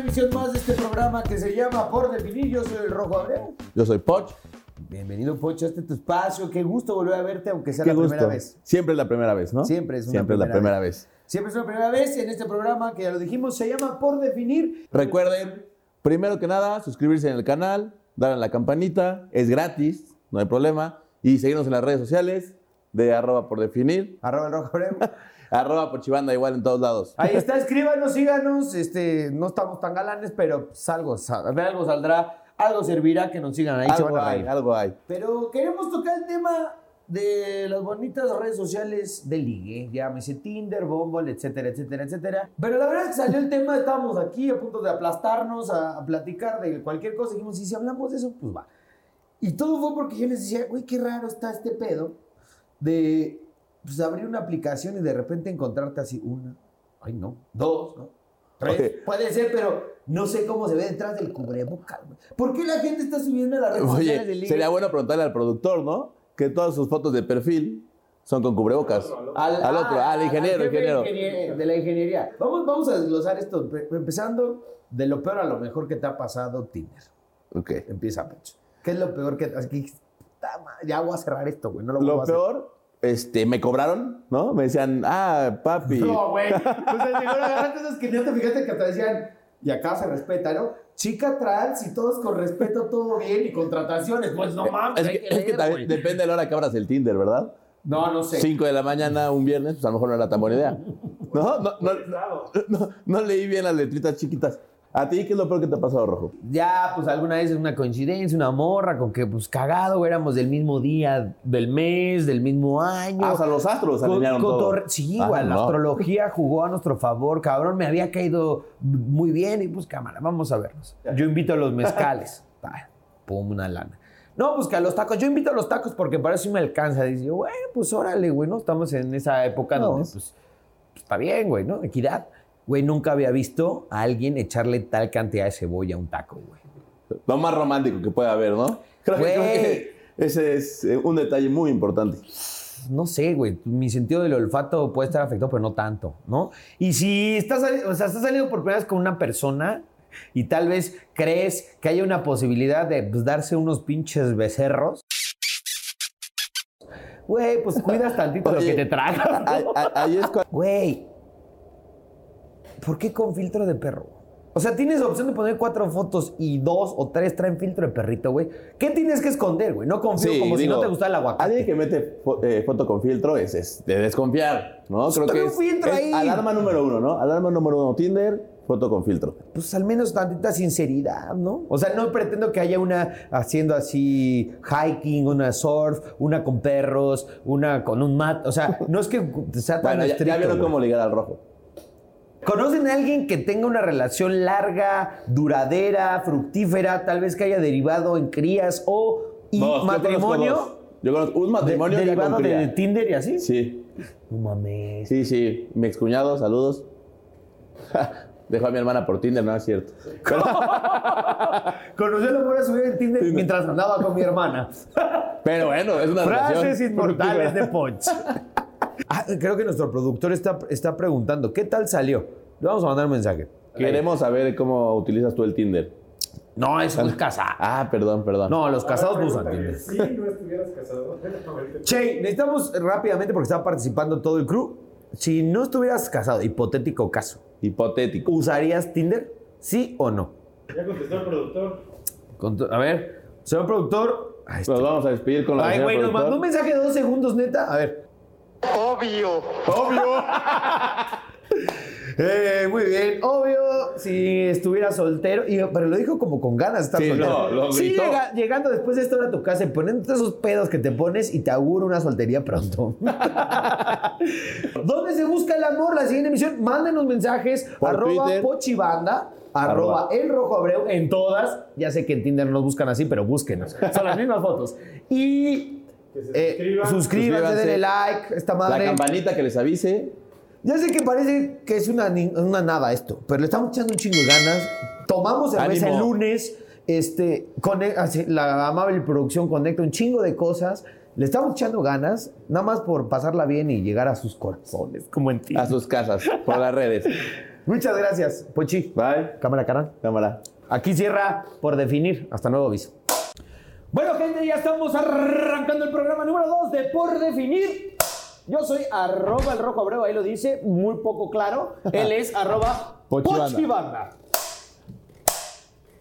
emisión más de este programa que se llama Por Definir. Yo soy el Rojo Abreu. Yo soy Poch. Bienvenido, Pocho, a este tu espacio. Qué gusto volver a verte, aunque sea Qué la gusto. primera vez. Siempre es la primera vez, ¿no? Siempre es una Siempre primera la primera vez. Siempre es una primera vez en este programa que ya lo dijimos, se llama Por Definir. Recuerden, primero que nada, suscribirse en el canal, darle a la campanita, es gratis, no hay problema. Y seguirnos en las redes sociales de arroba por definir, Arroba el Rojo Abreu. arroba por chivanda igual en todos lados. Ahí está, escríbanos, síganos. Este, no estamos tan galanes, pero pues, algo, sal- de algo saldrá, algo servirá que nos sigan ahí. se algo van a hay, reír. algo hay. Pero queremos tocar el tema de las bonitas redes sociales de ligue, llámese Tinder, Bumble, etcétera, etcétera, etcétera. Pero la verdad es que salió el tema, estábamos aquí a punto de aplastarnos, a, a platicar de cualquier cosa, y dijimos, y si hablamos de eso, pues va. Y todo fue porque yo les decía, güey, qué raro está este pedo de pues, abrir una aplicación y de repente encontrarte así una, ay no, dos, ¿no? Tres, Ok. puede ser, pero no sé cómo se ve detrás del cubrebocas. güey. ¿Por qué la gente está subiendo a las redes sociales de Oye, ligue? sería bueno preguntarle al productor, ¿no? Que todas sus fotos de perfil son con cubrebocas. Al, ah, Al otro, al ingeniero, jefe ingeniero. ingenier- De la ingeniería. Vamos, vamos a desglosar esto, pe- empezando de lo peor a lo mejor que te ha pasado Tinder. Ok. Empieza, Pecho. ¿Qué es lo peor que te aquí, puta ma- Ya voy a cerrar esto, güey. No lo, Lo voy a peor, este, me cobraron, ¿no? Me decían, ah, papi. hacer. No, güey. O sea, llegó la agarraste esas que no te fijaste que te decían, y acá se respeta, ¿no? Chica trans y todos con respeto, todo bien y contrataciones. Pues no mames, Eh, Es hay que que, es que leer, también güey. depende de la hora que abras el Tinder, ¿verdad? No, no sé. 5 de la mañana, un viernes, pues a lo mejor no era tan buena idea. No, no, no, no- no leí bien las letritas chiquitas. ¿A ti qué es lo peor que te ha pasado, Rojo? Ya, pues alguna vez es una coincidencia, una morra con que, pues cagado, güey, éramos del mismo día, del mes, del mismo año. Ah, o sea, los astros Co- alinearon todo. cotorre- Sí, Ah, güey, la no. astrología jugó a nuestro favor, cabrón, me había caído muy bien y pues cámara, vamos a vernos. Yo invito a los mezcales. Pa, Pum, una lana. No, pues que a los tacos, yo invito a los tacos porque para eso sí me alcanza. Dice, yo, bueno, pues órale, güey, ¿no? Estamos en esa época No, donde, es- pues, pues, está bien, güey, ¿no? Equidad. Güey, nunca había visto a alguien echarle tal cantidad de cebolla a un taco, güey. Lo más romántico que puede haber, ¿no? Creo que, Güey. creo que ese es eh, un detalle muy importante. no sé, güey, mi sentido del olfato puede estar afectado, pero no tanto, ¿no? Y si estás, sali- o sea, estás saliendo por primera vez con una persona y tal vez crees que haya una posibilidad de pues, darse unos pinches becerros, güey, pues cuidas tantito lo Oye. que te tragas. ¿no? Ahí- ahí- ahí es cuando- Güey, ¿por qué con filtro de perro? O sea, tienes opción de poner cuatro fotos y dos o tres traen filtro de perrito, güey. ¿Qué tienes que esconder, güey? No confío, Sí, como si digo, no te gustara el aguacate. Alguien que mete fo- eh, foto con filtro es, es de desconfiar, ¿no? Creo Ponle que un es- filtro es ahí. alarma número uno, ¿no? Alarma número uno, Tinder, foto con filtro. pues al menos tantita sinceridad, ¿no? O sea, no pretendo que haya una haciendo así hiking, una surf, una con perros, una con un mat. O sea, no es que sea tan Bueno, ya, ya estricto, vieron güey. cómo ligar al rojo. ¿Conocen a alguien que tenga una relación larga, duradera, fructífera, tal vez que haya derivado en crías o y Dos, yo conozco matrimonio? dos. Yo conozco un de- matrimonio ya derivado con de, cría. Tinder y así. Sí, No mames. sí, sí. Mi excuñado, saludos. Dejó a mi hermana por Tinder, no es cierto. Conocí a la mujer subir en Tinder mientras andaba con mi hermana. Pero bueno, es una Frases relación. inmortales de Punch. Ah, creo que nuestro productor está, está preguntando, ¿qué tal salió? Le vamos a mandar un mensaje. Queremos saber cómo utilizas tú el Tinder. No, es un casado. Ah, perdón, perdón. No, los casados no usan Pregunta que Tinder. Si no estuvieras casado, Che, necesitamos rápidamente, porque está participando todo el crew, si no estuvieras casado, hipotético caso, Hipotético. ¿usarías Tinder? ¿Sí o no? ya contestó el productor. Con tu- A ver, señor productor. Ay, este- Nos vamos a despedir con la Ay, señora güey, nos productora. mandó un mensaje de dos segundos, neta. A ver. Obvio. Obvio. Eh, muy bien, obvio si estuviera soltero, y- pero lo dijo como con ganas de estar Sí, soltero. no, lo sí, gritó. llega- llegando después de esta hora a tu casa y poniéndote esos pedos que te pones y te auguro una soltería pronto. ¿Dónde se busca el amor? La siguiente emisión, mándenos mensajes Por arroba Twitter. pochibanda, arroba el rojo abreu en todas. Ya sé que en Tinder no nos buscan así, pero búsquenos. Son las mismas fotos. Y Que se eh, suscriban. suscríbanse, Suscríbanse. denle like, esta La madre. campanita que les avise. Ya sé que parece que es una, ni- una nada esto, pero le estamos echando un chingo de ganas. Tomamos cerveza Ánimo. el lunes, este, con, la amable producción conecta un chingo de cosas. Le estamos echando ganas, nada más por pasarla bien y llegar a sus corazones, como en ti. a sus casas, por las redes. Muchas gracias, Pochi. Bye. Cámara, carnal. Cámara. Aquí cierra por definir. Hasta nuevo aviso. Bueno, gente, ya estamos arrancando el programa número 2 de Por Definir. Yo soy arroba el rojo abreu, ahí lo dice, muy poco claro. Él es arroba Pochibanda. pochibanda.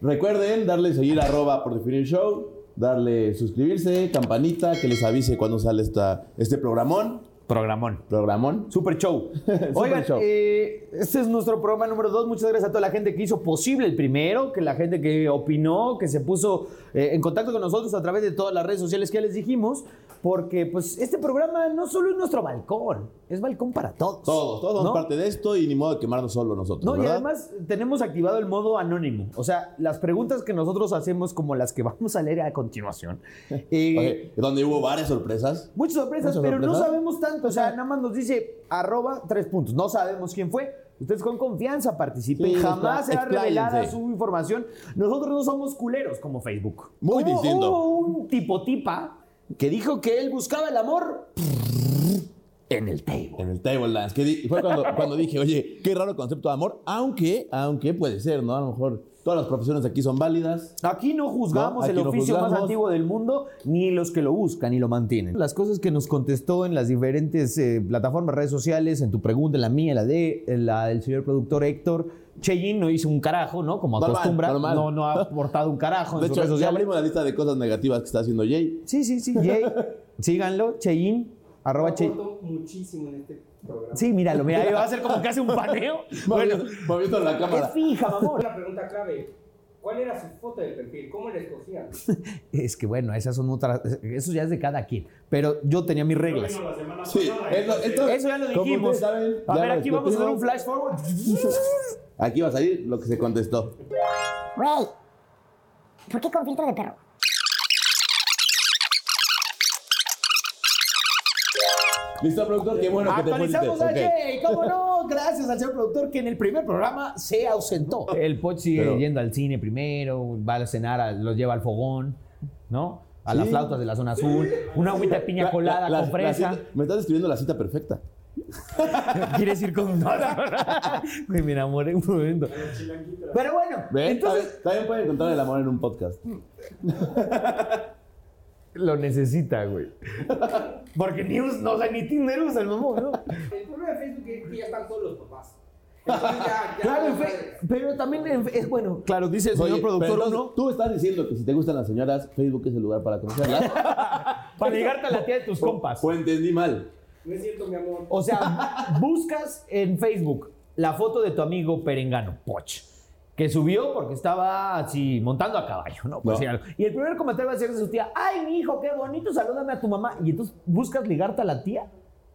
Recuerden darle seguir arroba por definir show, darle suscribirse, campanita, que les avise cuando sale esta, este programón. Programón. Programón. Super show. Oigan, show. eh, este es nuestro programa número 2. Muchas gracias a toda la gente que hizo posible el primero, que la gente que opinó, que se puso eh, en contacto con nosotros a través de todas las redes sociales que ya les dijimos, porque pues este programa no solo es nuestro balcón, es balcón para todos. Todos, todos somos ¿no? parte de esto y ni modo de quemarnos solo nosotros. No, y ¿verdad? además tenemos activado el modo anónimo. O sea, las preguntas que nosotros hacemos, como las que vamos a leer a continuación, eh, Ok, Donde hubo varias sorpresas. Muchas sorpresas, Muchas pero no sorpresas. sabemos tanto. O sea, nada más nos dice arroba tres puntos. No sabemos quién fue. Ustedes con confianza participen. Sí, Jamás expla- será revelada expláyense. su información. Nosotros no somos culeros como Facebook. Muy Hubo- distinto. Hubo un tipo tipa que dijo que él buscaba el amor en el table. En el table dance. que di- fue cuando, cuando dije, oye, qué raro concepto de amor, aunque, aunque puede ser, ¿no? A lo mejor todas las profesiones aquí son válidas. Aquí no juzgamos No, aquí el no oficio más juzgamos. antiguo del mundo, ni los que lo buscan y lo mantienen. Las cosas que nos contestó en las diferentes eh, plataformas, redes sociales, en tu pregunta, en la mía, en la de en la del señor productor Héctor. Cheyenne no hizo un carajo, ¿no? Como Normal, acostumbra. normal. No, no ha aportado un carajo en De sus hecho, redes ya sociales. abrimos la lista de cosas negativas que está haciendo Jay. Sí, sí, sí. Jay, síganlo, Cheyenne, arroba Chey- aporto muchísimo en este programa. Sí, míralo, mira, va a hacer como que hace un paneo. Bueno, Moviendo- moviendo la es cámara. fija, mamón. Una pregunta clave. ¿Cuál era su foto de perfil? ¿Cómo la escogían? Es que bueno, esas son otras, eso ya es de cada quien. Pero yo tenía mis reglas. Vino la semana Sí, pasada, es lo- entonces, esto- Eso ya lo como dijimos. ustedes saben, A ya ver, lo aquí vamos a hacer un discutimos. flash forward. Aquí va a salir lo que se contestó. Güey, ¿por qué con filtro de perro? Listo, productor, qué bueno que te Actualizamos a fuiste. Ok. Jay, ¿cómo no? Gracias al señor productor que en el primer programa se ausentó. El Poch sigue Pero- yendo al cine primero, va a cenar, a- los lleva al fogón, ¿no? A las Sí. flautas de la zona azul, una agüita de piña La- colada la- la- con fresa. la cita- me estás escribiendo la cita perfecta. ¿Quieres ir con Güey, me enamoré un momento. Pero bueno, ¿Ve? entonces También- También pueden encontrar el amor en un podcast. lo necesita, güey. Porque News no sé, ni Tinder usa el mamón, ¿no? El problema de Facebook es que ya están todos los papás. Entonces ya, pues. ya Claro, en no fe- pero también en fe- es bueno. Claro, dice el Oye, señor productor pero ¿no? Tú estás diciendo que si te gustan las señoras, Facebook es el lugar para conocerlas. Para llegarte a la tía de tus compas. O entendí mal. No es cierto, mi amor. O sea, buscas en Facebook la foto de tu amigo Perengano, Poch, que subió porque estaba así montando a caballo, ¿no? Por No. decir algo. Y el primer comentario va a ser de su tía, ay, mi hijo, qué bonito, salúdame a tu mamá. Y entonces buscas ligarte a la tía.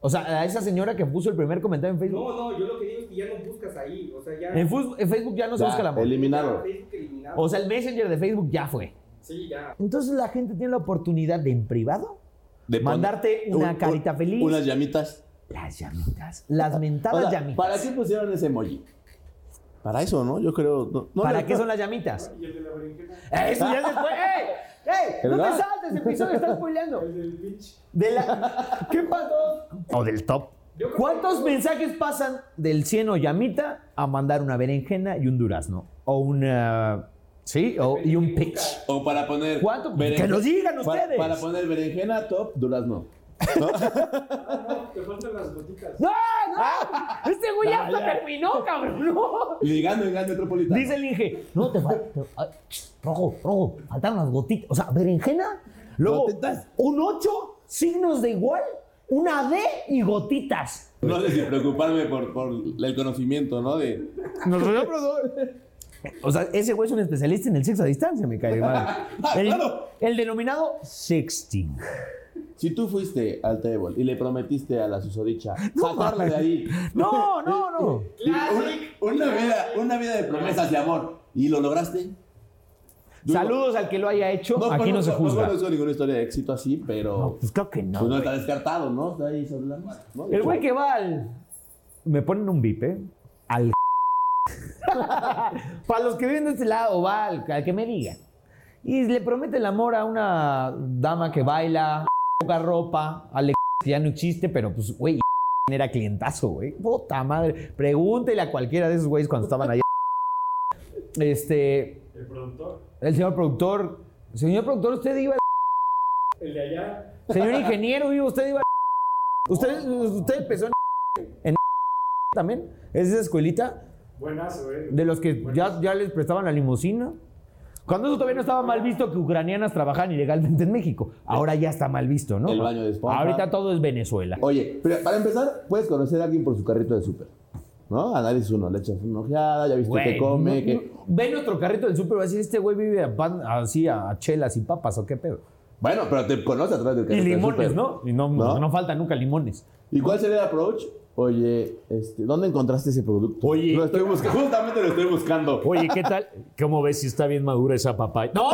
O sea, a esa señora que puso el primer comentario en Facebook. No, no, yo lo que digo es que ya no buscas ahí. O sea, ya. En, fus- en Facebook ya no se Ya, busca la mamá. eliminado. Facebook eliminado. O sea, el Messenger de Facebook ya fue. Sí, ya. Entonces la gente tiene la oportunidad de en privado De pon- mandarte una un- un- carita feliz. Unas llamitas. Las llamitas. Las mentadas O sea, llamitas. ¿Para qué pusieron ese emoji? Para eso, ¿no? Yo creo. no- no ¿Para le- qué son las llamitas? Y el de la berenjena. Eso ya después. ¡Ey! ¡Ey! ¡No ¿Verdad? te saltes! El episodio está spoileando. El del pinche. De la... ¿Qué pasó? O del top. Yo creo ¿Cuántos que- mensajes pasan del 100 o llamita a mandar una berenjena y un durazno? O una. ¿Sí? O, y un pitch. O para poner. ¿Cuánto? berenje- Que nos digan pa- ustedes. Para poner berenjena, top, durazno. Ah, no, te faltan las gotitas. ¡No! ¡No! Este güey ya hasta terminó, cabrón. No. Ligando en Gran Metropolitana. Dice el Inge. No, te falta. Rojo, rojo. Faltaron las gotitas. O sea, berenjena. Luego, Gotitas. un 8, signos de igual, una D y gotitas. No sé si preocuparme por, por el conocimiento, ¿no? De, Nos rodeó productor. O sea, ese güey es un especialista en el sexo a distancia, me cae de madre. El, Ah, claro. el denominado sexting. si tú fuiste al table y le prometiste a la susodicha sacarla de ahí. No, no, no. y un- una, vida, una vida de promesas de amor. ¿Y lo lograste? Yo- Saludos al que lo haya hecho. Aquí no se juzga. conozco ninguna historia de éxito así, pero. No, pues claro que no. Pues no güey. está descartado, ¿no? Está ahí sobre la mano, ¿no? El güey que va al. Me ponen un bip, ¿eh? Al. Para los que viven de este lado, va al, al que me diga. Y le promete el amor a una dama que baila, poca ropa, al que ya no existe, pero pues, güey, Era clientazo, güey. Puta madre. Pregúntele a cualquiera de esos güeyes cuando estaban allá. Este, El productor. el señor productor. Señor productor, usted iba. El de allá. Señor ingeniero, iba, usted iba. Usted, usted empezó en. en también. Es esa escuelita Buenazo, eh. de los que ya, ya les prestaban la limusina. Cuando eso todavía no estaba mal visto que ucranianas trabajaban ilegalmente en México. Ahora ya está mal visto, ¿no? El baño de esponja. Ahorita todo es Venezuela. Oye, pero para empezar, puedes conocer a alguien por su carrito de súper. ¿No? Análisis uno, le echas una ojeada, ya viste Güey, que come, no- que. no- Ve nuestro carrito del súper y va a decir, este güey vive a pan- así a chelas y papas o qué pedo. Bueno, pero te conoces a través del Y carrito. del limones, súper. ¿no? Y no, ¿No? no, falta nunca limones. ¿Y cuál sería el approach? Oye, este, ¿dónde encontraste ese producto? Oye. Lo estoy buscando, justamente lo estoy buscando. Oye, ¿qué tal? ¿Cómo ves si está bien madura esa papaya? ¡No!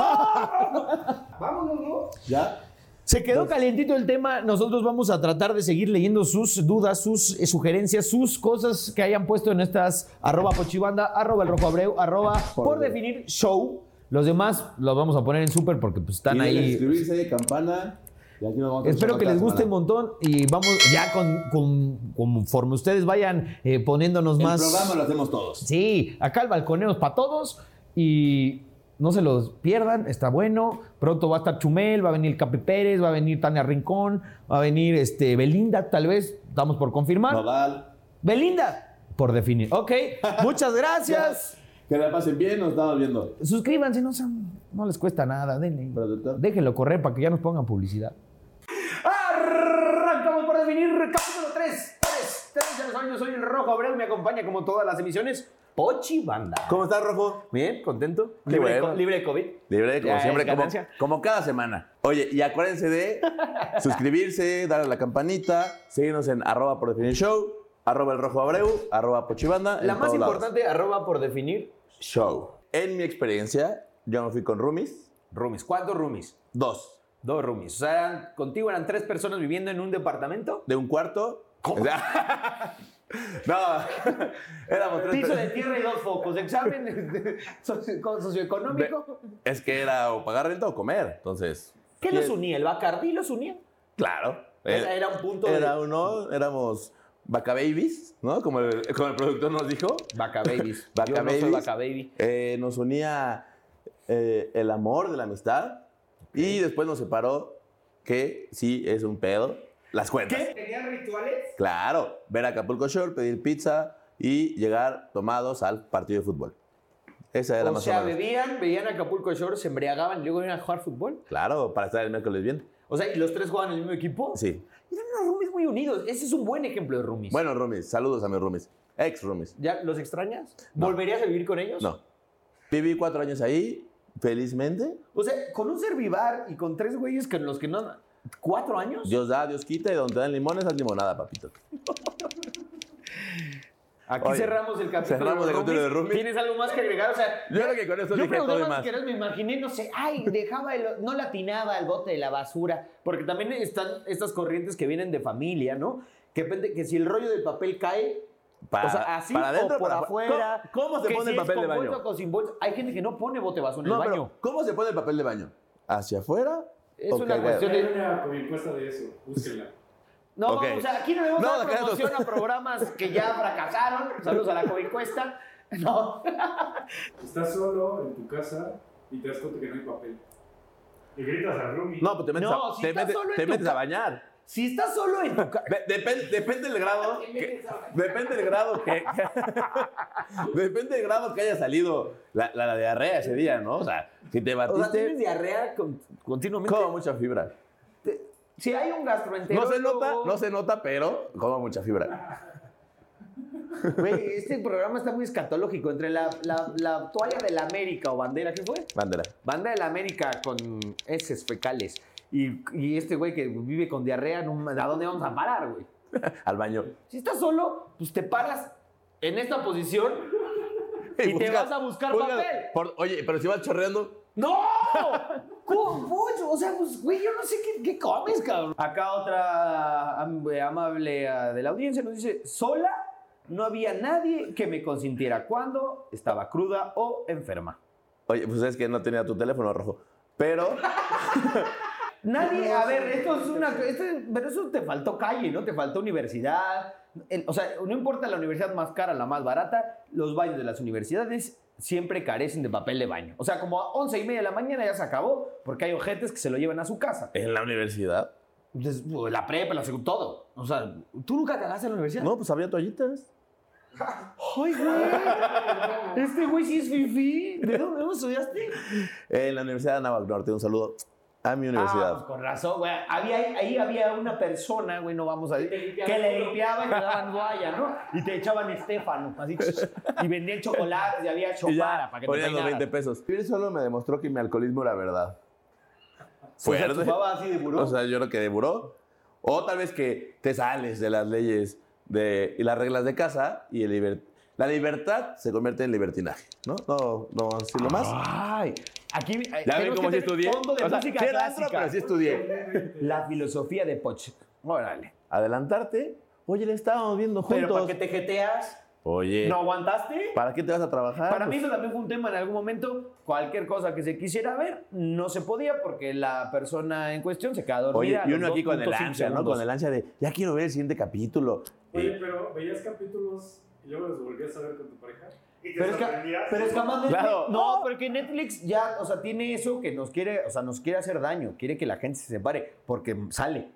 Vámonos, ¿no? ¿Ya? Se quedó calientito el tema. Nosotros vamos a tratar de seguir leyendo sus dudas, sus eh, sugerencias, sus cosas que hayan puesto en estas arroba pochibanda, arroba el rojo abreu, arroba por, definir show. Los demás los vamos a poner en súper porque pues, están Y deben ahí. Suscribirse, campana. Y aquí nos vamos a Espero escuchar que cada les guste un semana. montón y vamos ya con, con- conforme ustedes vayan eh, poniéndonos más. El programa lo hacemos todos. Sí, acá el balconeo es para todos y no se los pierdan, está bueno. Pronto va a estar Chumel, va a venir Capi Pérez, va a venir Tania Rincón, va a venir este, Belinda, tal vez, damos por confirmar. Nodal. Belinda, por definir. Ok, muchas gracias. Que la pasen bien, nos estamos viendo. Suscríbanse, no, sean- no les cuesta nada, denle. Productor. Déjenlo correr para que ya nos pongan publicidad. Arrancamos por definir capítulo 3. 3, 3 ya lo saben, yo soy el Rojo Abreu, me acompaña como todas las emisiones Pochi Banda. ¿Cómo estás, Rojo? Bien, contento. Qué Libre, de bueno. co- libre de COVID. Libre, como Ya, siempre, es como, ganancia. como cada semana. Oye, y acuérdense de suscribirse, darle a la campanita, seguirnos en arroba por definir show, arroba el rojo abreu, arroba pochibanda. La en más todos lados. importante, arroba por definir. show. En mi experiencia, yo me fui con roomies, Roomies. ¿Cuántos roomies? dos, Dos roomies. O sea, eran- contigo eran tres personas viviendo en un departamento. de un cuarto. O sea, no, éramos tres. Piso pe- de tierra y dos focos. Examen este, socio- con- socioeconómico. Es que era o pagar renta o comer, entonces. ¿Qué y los es- unía? ¿El Bacardi los unía? Claro. Era, Eh, era un punto Era de... uno, éramos bacababies, ¿no? Como el, como el productor nos dijo. Bacababies. Yo no Bacababies. soy Bacababy. Eh, nos unía eh, el amor de la amistad y después nos separó, que sí es un pedo, las cuentas. ¿Tenían rituales? Claro, ver Acapulco Shore, pedir pizza y llegar tomados al partido de fútbol. Esa era O más sea, o menos. bebían, veían Acapulco Shore, se embriagaban y luego iban a jugar fútbol. Claro, para estar el miércoles bien. O sea, ¿y los tres jugaban en el mismo equipo? Sí. Eran unos roomies muy unidos. Ese es un buen ejemplo de roomies. Bueno, roomies, saludos a mis roomies. Ex roomies. ¿Ya los extrañas? No. ¿Volverías a vivir con ellos? No. Viví cuatro años ahí, felizmente. O sea, con un servivar y con tres güeyes con los que no. ¿Cuatro años? Dios da, Dios quita y donde te dan limones, haz limonada, papito. Aquí Oye, cerramos el capítulo. cerramos de el los capítulo de roomies. roomies. ¿Tienes algo más que agregar? O sea, Yo creo que con eso yo dije todo y programas más. que no me imaginé, no sé, ay, dejaba el, no latinaba el bote de la basura, porque también están estas corrientes que vienen de familia, ¿no? Que, pende- que si el rollo del papel cae, Para- o sea, así para adentro, o por para afu- afuera. ¿Cómo- cómo se que pone si el es papel de con baño? bolsa, con sin bolsa. Hay gente que no pone bote de basura en No, el pero, baño. ¿cómo se pone el papel de baño? ¿Hacia afuera? Es o una cargado? cuestión- Hay una encuesta de eso. Búsquenla. No, Ok. o sea, aquí no vemos No, dar claro. promoción a programas que ya fracasaron. Saludos a la coencuesta. No. Estás solo en tu casa y te das cuenta que no hay papel. Y gritas al roomie. No, pues te metes, No, a, si te estás metes- solo en te tu metes a ca- bañar. Si estás solo en tu casa. Ve- depen- depende del grado. que- depende del grado que. que- depende del grado que haya salido la, la, la diarrea ese día, ¿no? O sea, si te O sea, tienes batiste, diarrea con- continuamente. como mucha fibra. Te- Si hay un gastroenterólogo. No se nota, no se nota, pero como mucha fibra. Güey, este programa está muy escatológico. Entre la, la, la toalla de la América o bandera, ¿qué fue? Bandera. Banda de la América con heces fecales. Y, y este güey que vive con diarrea, no mames, ¿a dónde vamos a parar, güey? Al baño. Si estás solo, pues te paras en esta posición y, te buscas- vas a buscar buscas- papel. por- oye, pero si vas chorreando. ¡No! ¿Cómo? Pocho? O sea, pues, güey, yo no sé qué, qué comes, cabrón. Acá otra am- amable ah, de la audiencia nos dice, sola no había nadie que me consintiera cuando estaba cruda o enferma. Oye, pues es que no tenía tu teléfono rojo. Pero. Nadie, a ver, esto es una... esto es- pero eso te faltó calle, ¿no? Te faltó universidad, el- o sea, no importa la universidad más cara, la más barata, los baños de las universidades siempre carecen de papel de baño. O sea, como a 11 y media de la mañana ya se acabó porque hay ojetes que se lo llevan a su casa. ¿En la universidad? Entonces, pues, la prepa, la secu- todo. O sea, ¿tú nunca cagaste en la universidad? No, pues había toallitas. ¡Ay, güey! Este güey sí es fifí. ¿De dónde, dónde estudiaste? En la Universidad de Anáhuac Norte, un saludo a mi Ah, universidad. pues, con razón, güey. Había, ahí había una persona, güey, no vamos a te decir, limpiaba que el le culo. limpiaba y te daban toalla, ¿no? Y te echaban estéfano, así. Y vendían chocolates y había Y ya chopara para que te ponían los peinaras. 20 pesos. Y eso solo me demostró que mi alcoholismo era verdad. O sea, Fuerte. chupaba así de buró. O sea, yo creo que de buró. O tal vez que te sales de las leyes de, y las reglas de casa y el liber- la libertad se convierte en libertinaje, ¿no? No, no vamos a decirlo más. Ay, aquí eh, Ya ven Ah. tenemos cómo que tener sí estudié. fondo de O sea, música sí era clásica. antro, pero sí estudié. La filosofía de Poch. Órale. Adelantarte. Oye, le estábamos viendo juntos. Pero para que te jeteas, Oye, ¿no aguantaste? ¿para qué te vas a trabajar? Para mí Eh, Pues, eso también fue un tema en algún momento. Cualquier cosa que se quisiera ver, no se podía porque la persona en cuestión se queda Oye, dormida. y uno aquí con el ansia, ansia, ¿no? Con el ansia de, ya quiero ver el siguiente capítulo. Eh, Oye, pero veías capítulos y luego los volvías a ver con tu pareja. Y te Pero es, que, sorprendías. pero es que además Netflix- Claro. No, porque Netflix ya, o sea, tiene eso que nos quiere, o sea, nos quiere hacer daño, quiere que la gente se separe, porque sale.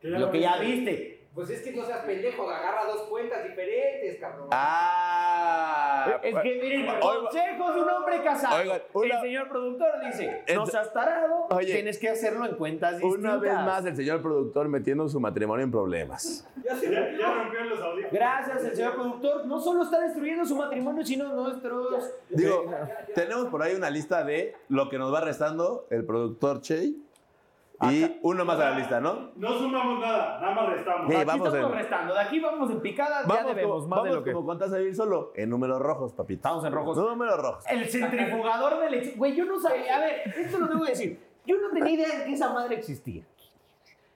Que Lo que ya viste. viste. Pues es que no seas pendejo, agarra dos cuentas diferentes, cabrón. ¡Ah! Es que miren, Oiga. consejos de un hombre casado. Oigan, una- El señor productor dice, Ent- no seas tarado, Oye. tienes que hacerlo en cuentas distintas. Una vez más el señor productor metiendo su matrimonio en problemas. Ya se Ya, rompió. ya rompió los audífonos. Gracias, el señor productor. No solo está destruyendo su matrimonio, sino nuestros. Digo, tenemos por ahí una lista de lo que nos va restando el productor Che y uno más a la lista, ¿no? No sumamos nada, nada más restamos. Sí, aquí vamos estamos en- restando. De aquí vamos en picada, ya debemos como, más de vamos lo que. como con Tasa de vivir solo en números rojos, papito. Estamos en rojos. Números rojos. El centrifugador de leche. Güey, yo no sabía. A ver, esto lo tengo que decir. Yo no tenía idea de que esa madre existía.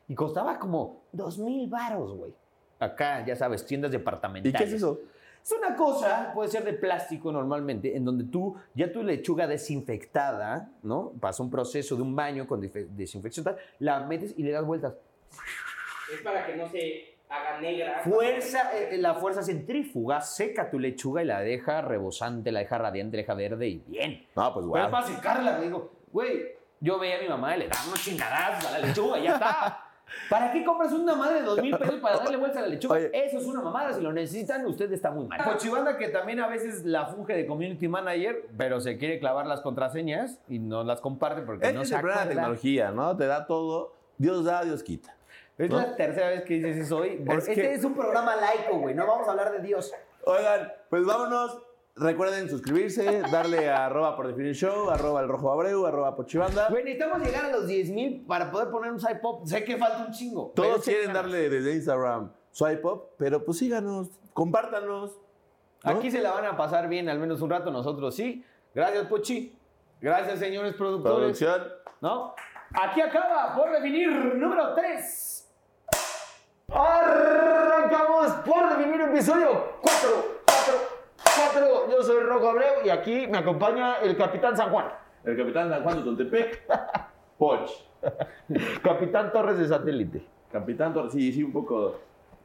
Y costaba como dos mil varos, güey. Acá, ya sabes, tiendas ¿Y departamentales. qué es eso? Es una cosa, puede ser de plástico normalmente, en donde tú, ya tu lechuga desinfectada, ¿no? Pasa un proceso de un baño con dife- desinfección tal, la metes y le das vueltas. Es para que no se haga negra. Fuerza, eh, la fuerza centrífuga seca tu lechuga y la deja rebosante, la deja radiante, la deja verde y bien. No, pues Pero guau. es para secarla, le digo, güey, yo veía a mi mamá y le daba unos chingadazos a la lechuga, ya está. ¿Para qué compras una madre de dos mil pesos para darle vuelta a la lechuga? Oye. Eso es una mamada. Si lo necesitan, usted está muy mal. Cochibanda, que también a veces la funge de community manager, pero se quiere clavar las contraseñas y no las comparte porque Este no es se el problema de acuerda. la tecnología, ¿no? Te da todo. Dios da, Dios quita. Es ¿no? la tercera vez que dices eso hoy. Es este que- es un programa laico, güey. No vamos a hablar de Dios. Oigan, pues vámonos. Recuerden suscribirse, darle a arroba por definir show, arroba el rojo abreu, arroba pochibanda. Güey, necesitamos llegar a los 10 mil para poder poner un side pop. Sé que falta un chingo. pero Todos échenle quieren ganas. darle desde Instagram swipe up, pero pues síganos, compártanos. ¿no? Aquí se la van a pasar bien, al menos un rato, nosotros sí. Gracias, Pochi. Gracias, señores productores. producción. ¿No? Aquí acaba por definir número 3. Arrancamos por definir episodio 4, 4, 4. Yo soy Rojo Abreu y aquí me acompaña el Capitán San Juan. El capitán San Juan de Tultepec, Poch. Capitán Torres de Satélite. Capitán Torres, sí, sí, un poco,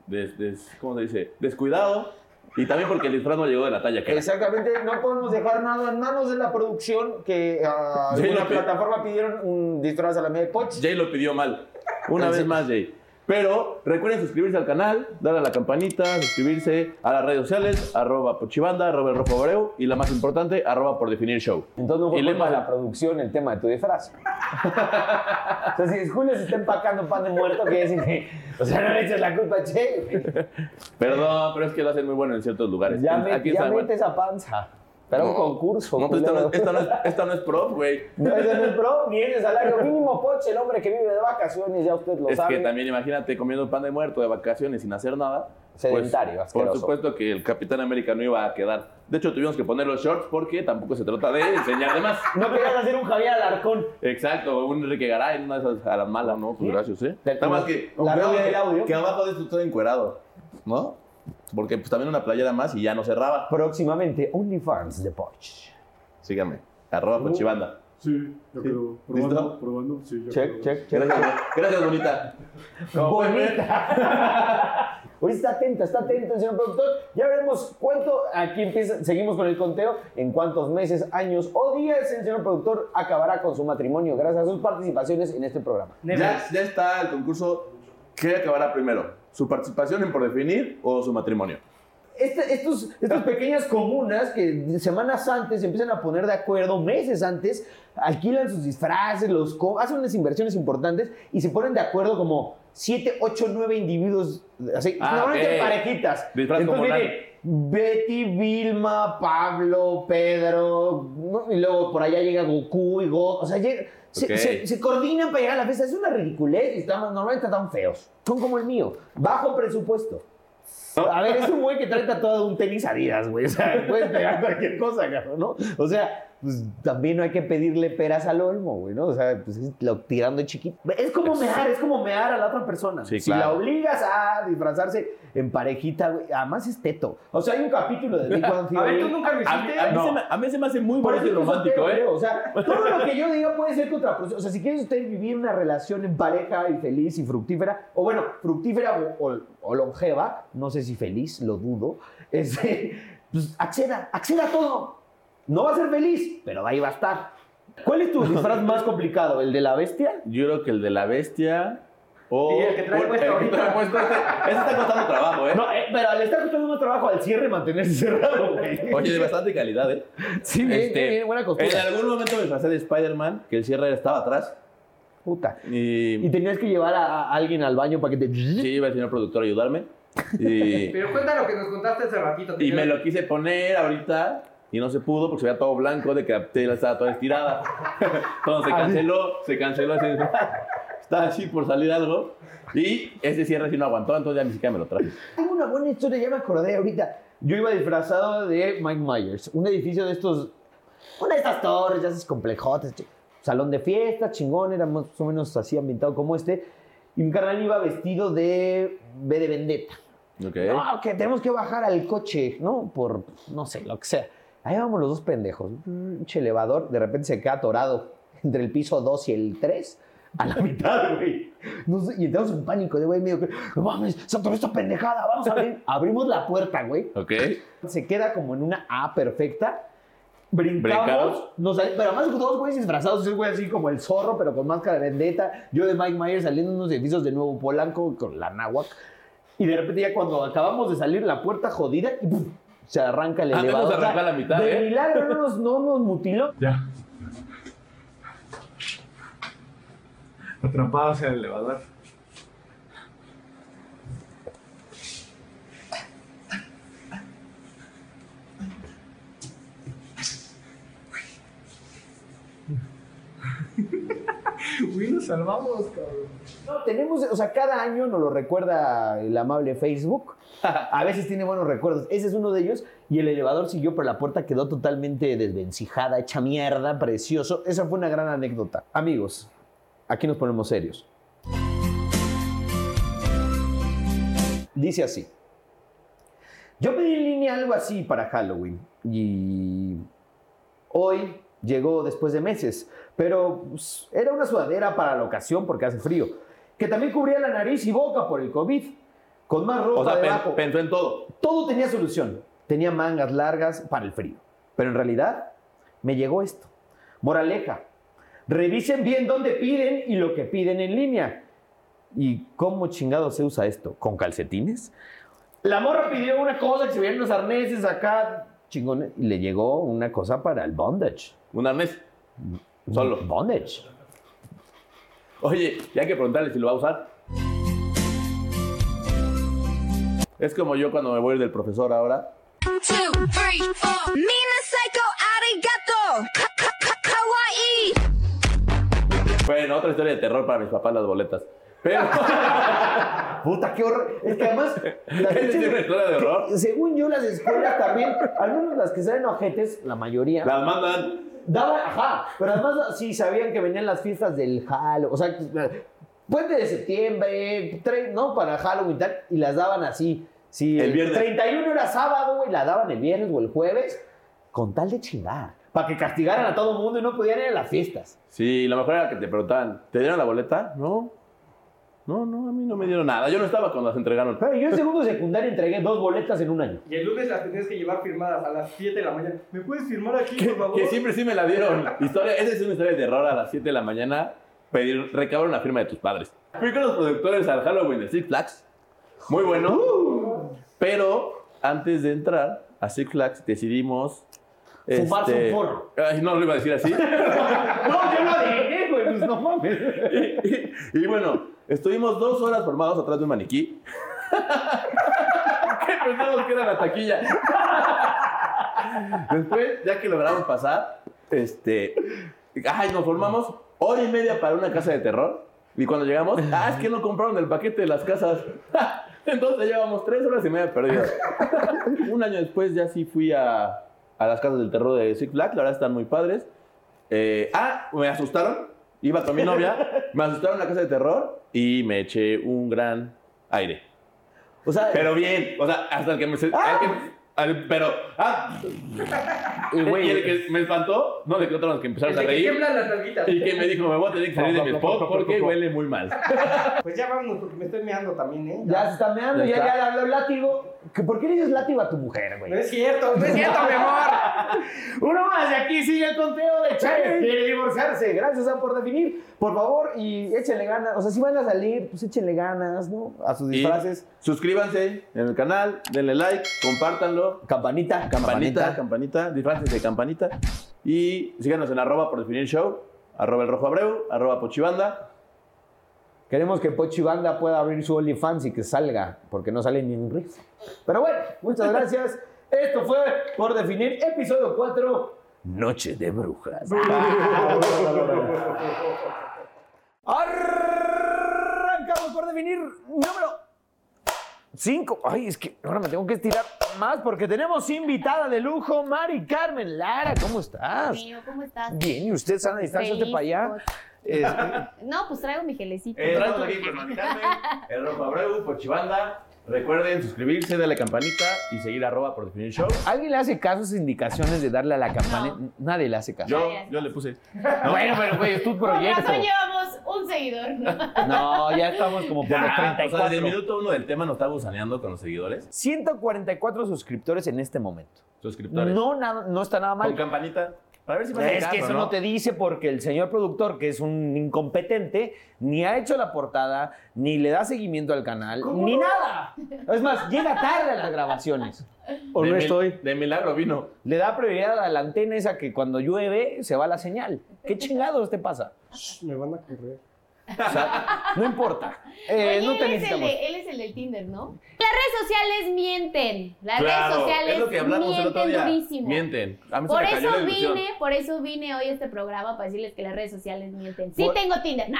des- des- ¿cómo se dice? Descuidado. Y también porque el disfraz no llegó de la talla que era. Exactamente, no podemos dejar nada en manos de la producción que ah, Sí, alguna lo que- plataforma pidieron un disfraz a la media de Poch. Jay lo pidió mal. Una vez más, Jay. Pero recuerden suscribirse al canal, darle a la campanita, suscribirse a las redes sociales, arroba pochibanda, arroba el rojo Abreu, y la más importante, arroba por definir show. Entonces no fue Y culpa lema- de la producción el tema de tu disfraz. o sea, si Julio se está empacando pan de muerto, que decir que. O sea, no le eches la culpa a Che. güey. Perdón, pero es que lo hacen muy bueno en ciertos lugares. Ya, En- me, aquí en ya San Juan. mete esa panza. Para un No. concurso. No, pues esta no, culero. es, esta no es- esta no es prop, güey. No, ese no es pro, ni es de salario mínimo, poche, el hombre que vive de vacaciones, ya usted lo Es sabe. que también imagínate comiendo pan de muerto de vacaciones sin hacer nada. pues, Sedentario, Por asqueroso. supuesto que el Capitán América no iba a quedar. De hecho, tuvimos que poner los shorts porque tampoco se trata de enseñar de más. No querías hacer un Javier Alarcón. Exacto, un Enrique Garay, una de esas a la mala, ¿no? Pues gracias, ¿eh? Te- Nada más que, la creo rola que, del audio. que abajo de esto todo encuerado, ¿no? Porque pues también una playera más y ya no cerraba. Próximamente, OnlyFans de Poch. Síganme, arroba cochibanda. Sí, yo creo. ¿Listo? Probando, probando. Sí, yo Check, check, check. Gracias, gracias, bonita. Bonita. Hoy está atenta, está atento el señor productor. Ya veremos cuánto, aquí empieza, seguimos con el conteo, en cuántos meses, años o días el señor productor acabará con su matrimonio gracias a sus participaciones en este programa. Ya, ya está el concurso. ¿Qué acabará primero? ¿Su participación en Por Definir o su matrimonio? Este- estos, estas pequeñas comunas que semanas antes se empiezan a poner de acuerdo, meses antes, alquilan sus disfraces, los co- hacen unas inversiones importantes y se ponen de acuerdo como 7, 8, 9 individuos, así, Ah, normalmente ok. parejitas. Disfraz Entonces comunal. viene Betty, Vilma, Pablo, Pedro, ¿no? y luego por allá llega Goku y Go, o sea, llega- se, Ok. se- se coordinan para llegar a la fiesta, es una ridiculez y están, normalmente están feos. Son como el mío, bajo presupuesto. A ver, es un güey que trae tatuado un tenis Adidas, güey. O sea, puedes pegar cualquier cosa, cabrón, ¿no? O sea, pues también no hay que pedirle peras al olmo, güey, ¿no? O sea, pues es lo tirando chiquito. Es como mear, es como mear a la otra persona. Sí, si claro. la obligas a disfrazarse en parejita, güey, además es teto. O sea, hay un capítulo de Big Bang A ver, Theory. tú nunca lo A mí, hiciste. a mí No. se me, a mí se me hace muy Por bonito y eso yo romántico, soltero, ¿eh? O sea, todo lo que yo diga puede ser contraproducente. O sea, si quiere usted vivir una relación en pareja y feliz y fructífera, o bueno, fructífera o, o- o longeva, no sé si feliz, lo dudo, este, pues acceda, acceda a todo. No va a ser feliz, pero ahí va a estar. ¿Cuál es tu disfraz más complicado? ¿El de la bestia? Yo creo que el de la bestia o... Y el que trae o- puesto el que trae ahorita. puesto este. Ese está costando trabajo, ¿eh? No, eh, pero le está costando más trabajo al cierre mantenerse cerrado, güey. Oye, de bastante calidad, ¿eh? Sí, bien, Este, bien, bien, buena En costura. algún momento me pasé de Spider-Man, que el cierre estaba atrás. Puta. Y... Y tenías que llevar a, a alguien al baño para que te... Sí, iba el señor productor a ayudarme. Y... Pero cuenta lo que nos contaste hace ratito. que Y te- me lo quise poner ahorita y no se pudo porque se veía todo blanco de que la tela estaba toda estirada. Entonces se canceló, se canceló. ese- Estaba así por salir algo. Y ese cierre sí no aguantó, entonces ya ni siquiera me lo traje. Tengo una buena historia, ya me acordé ahorita. Yo iba disfrazado de Mike Myers, un edificio de estos, una de estas torres, ya esos complejotes, ch- salón de fiesta, chingón, era más o menos así ambientado como este. Y mi carnal iba vestido de B de Vendetta. Ok. No, que tenemos que bajar al coche, ¿no? Por, no sé, lo que sea. Ahí vamos los dos pendejos. Mm, Pinche elevador, de repente se queda atorado entre el piso 2 y el 3. A la mitad, güey. No sé, y entramos en pánico, de güey, medio que, no mames, se atoró esta pendejada, vamos a abrir. Abrimos la puerta, güey. Ok. Se queda como en una A perfecta. Brincados. Brincamos, nos sali- pero además dos güeyes disfrazados, ese güey así como el zorro, pero con máscara de vendetta. Yo de Mike Myers saliendo de unos edificios de Nuevo Polanco con la náhuac. Y de repente ya cuando acabamos de salir la puerta jodida, y ¡pum! se arranca el Ah, elevador. se arrancó a la mitad, de ¿eh? milagro no nos, no nos mutiló. Atrapados en el elevador. Uy, nos salvamos, cabrón. Tenemos, o sea, cada año nos lo recuerda el amable Facebook. A veces tiene buenos recuerdos. Ese es uno de ellos. Y el elevador siguió, pero la puerta quedó totalmente desvencijada, hecha mierda, precioso. Esa fue una gran anécdota. Amigos, aquí nos ponemos serios. Dice así. Yo pedí en línea algo así para Halloween. Y hoy llegó después de meses, pero pues, era una sudadera para la ocasión porque hace frío, que también cubría la nariz y boca por el COVID, con más ropa O sea, debajo. pen- pensó en todo. Todo tenía solución. Tenía mangas largas para el frío. Pero en realidad me llegó esto. Moraleja, revisen bien dónde piden y lo que piden en línea. ¿Y cómo chingado se usa esto? ¿Con calcetines? La morra pidió una cosa que se veían unos arneses acá, chingones. Y le llegó una cosa para el bondage. Un arnés. Solo. Bondage. Oye, ya hay que preguntarle si lo va a usar. Es como yo cuando me voy del profesor ahora. One, two, three, four. Mina Psycho Arigato. Ka- ka- ka- Kawaii. Bueno, otra historia de terror para mis papás, las boletas. Pero. Puta, qué horror. Es que además... las es pinches- una historia de horror. Según yo, las escuelas también, al menos las que salen ojetes, la mayoría, Las mandan. Daba, ajá, pero además sí sabían que venían las fiestas del Halloween, o sea, puente de septiembre, tre- ¿no? Para Halloween y tal, y las daban así. Si El viernes. 31 era sábado, güey, la daban el viernes o el jueves, con tal de chingar, para que castigaran a todo el mundo y no pudieran ir a las fiestas. Sí, lo mejor era que te preguntaban, ¿te dieron la boleta? No. No, no, a mí no me dieron nada. Yo no estaba cuando las entregaron. Pero yo en segundo de secundaria entregué dos boletas en un año. Y el lunes las tenías que llevar firmadas a las 7 de la mañana. ¿Me puedes firmar aquí, por favor? Que siempre sí me la dieron. Historia, esa es una historia de terror a las 7 de la mañana. Pedir, recabar una firma de tus padres. Fui con los productores al Halloween de Six Flags. Muy bueno. Pero antes de entrar a Six Flags decidimos. este, Fumarse un porro. Ay, no lo iba a decir así. No, yo no dije, güey, pues no mames. y, y bueno, estuvimos dos horas formados atrás de un maniquí. que pensamos que era la taquilla. Después, ya que logramos pasar, este. Ay, nos formamos hora y media para una casa de terror. Y cuando llegamos, ah, es que no compraron el paquete de las casas. Entonces llevamos tres horas y media perdidas. un año después ya sí fui a, a las casas del terror de Six Flags, la verdad están muy padres. Eh, ah, me asustaron. Iba con mi novia, me asustaron en la casa de terror y me eché un gran aire. O sea, Pero bien, o sea, hasta el que me. se- el que- al- pero. ¡Ah! y güey, Y el que me espantó, no le quedó otra más que empezaron a Desde que reír. tiemblan las nalguitas. Y que me dijo, me voy a tener que salir de mi spot porque huele muy mal. Pues ya vámonos, porque me estoy meando también, ¿eh? ya se está meando, ya, Ya está. ya le habló látigo. ¿Que ¿Por qué le dices látigo a tu mujer, No güey? es cierto, no es cierto, mi amor. Uno más, y aquí sigue el conteo de Chávez. Quiere divorciarse. Gracias a por definir. Por favor, y échenle ganas. O sea, si van a salir, pues échenle ganas, ¿no? A sus Y disfraces. suscríbanse en el canal, denle like, compártanlo. Campanita, Campanita, campanita, disfraces de campanita. Y síganos en arroba por definir show, arroba el rojo abreu, arroba pochibanda. Queremos que Pochi Banda pueda abrir su OnlyFans y que salga, porque no sale ni un riff. Pero bueno, muchas gracias. Esto fue por definir episodio 4, Noche de Brujas. Arrancamos por definir número 5. Ay, es que ahora me tengo que estirar más porque tenemos invitada de lujo, Mari Carmen Lara. ¿Cómo estás? Mío, ¿cómo estás? Bien, ¿y usted sana distancia usted Feliz, para allá? Poch. Este, No, pues traigo mi gelecito. Estamos Eh, aquí pues, con Mari Carmen, el rojo abreu, pochibanda. Recuerden suscribirse, darle campanita y seguir arroba por definir show. ¿Alguien le hace caso a sus indicaciones de darle a la campana? No. Nadie le hace caso. Yo, yo le puse. Bueno, pero güey, es tu Por proyecto. razón llevamos un seguidor, ¿no? No, ya estamos como por los Ya, o sea, desde el 34. minuto uno del tema nos está gusaneando con los seguidores, 144 suscriptores en este momento. suscriptores. No, nada, no está nada Con mal. campanita. Para ver si pasa el Es que caso, eso no te dice porque el señor productor, que es un incompetente, ni ha hecho la portada, ni le da seguimiento al canal, ni nada. Es más, llega tarde a las grabaciones. ¿O De no mil- estoy? De milagro vino. Le da prioridad a la antena esa que cuando llueve se va la señal. ¿Qué chingados te pasa? Me van a correr. O sea, no importa. Eh, Oye, no te él, es el necesitamos. de, él es el del Tinder, ¿no? Las redes sociales mienten. Las Claro, redes sociales es lo que hablamos el mienten otro día. durísimo. Mienten. A mí se Por me cayó eso la ilusión. vine, por eso vine hoy a este programa para decirles que las redes sociales mienten. Sí Por- tengo Tinder, nah.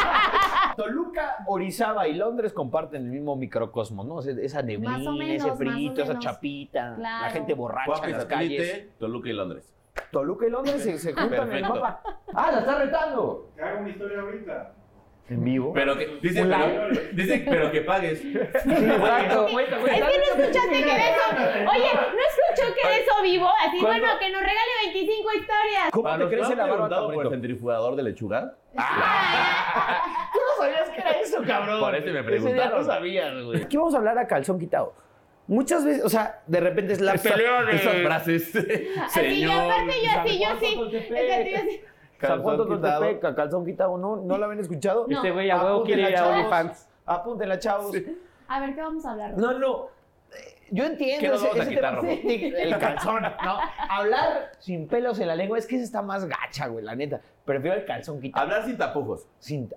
Ah, Toluca, Orizaba y Londres comparten el mismo microcosmos, ¿no? O sea, esa Más neblina, o menos, ese más o frito, esa menos. chapita, la Claro. gente borracha Guapa en y las satélite, calles. Toluca y Londres. Toluca y Londres se, se juntan en el Perfecto. mapa. ¡Ah, la está retando! Que haga una historia ahorita. En vivo. Pero que, dice, Hola. pero, dice, pero que pagues. Exacto. Es que no escuchaste que de eso. Oye, no escuchó que de eso vivo. Así, ¿Cuándo? bueno, que nos regale 25 historias. ¿Cómo Para te los Pues, que crece han la barba tan preguntado por el bonito? centrifugador de lechuga, Tú no sabías que era eso, cabrón. Por eso Ese me día preguntaron. no sabías, güey. Aquí vamos a hablar a calzón quitado. Muchas veces, o sea, de repente es la pelea esas frases. Así, yo aparte, yo así, yo sí. pues, Es que yo sí. San Juan Calzón quitado. Totoltepeca, calzón quitado, ¿no? ¿No la habían escuchado? No. Este güey güey a huevo quiere ir a OnlyFans. Apúntenla, chavos. A ver, ¿qué vamos a hablar? No, no. eh, Yo entiendo ¿Qué nos vamos a quitar, tema. Romo? Sí, el calzón, ¿no? Hablar sin pelos en la lengua es que esa está más gacha, güey, la neta. Prefiero el calzón quitado. Hablar sin tapujos. Pues Cinta.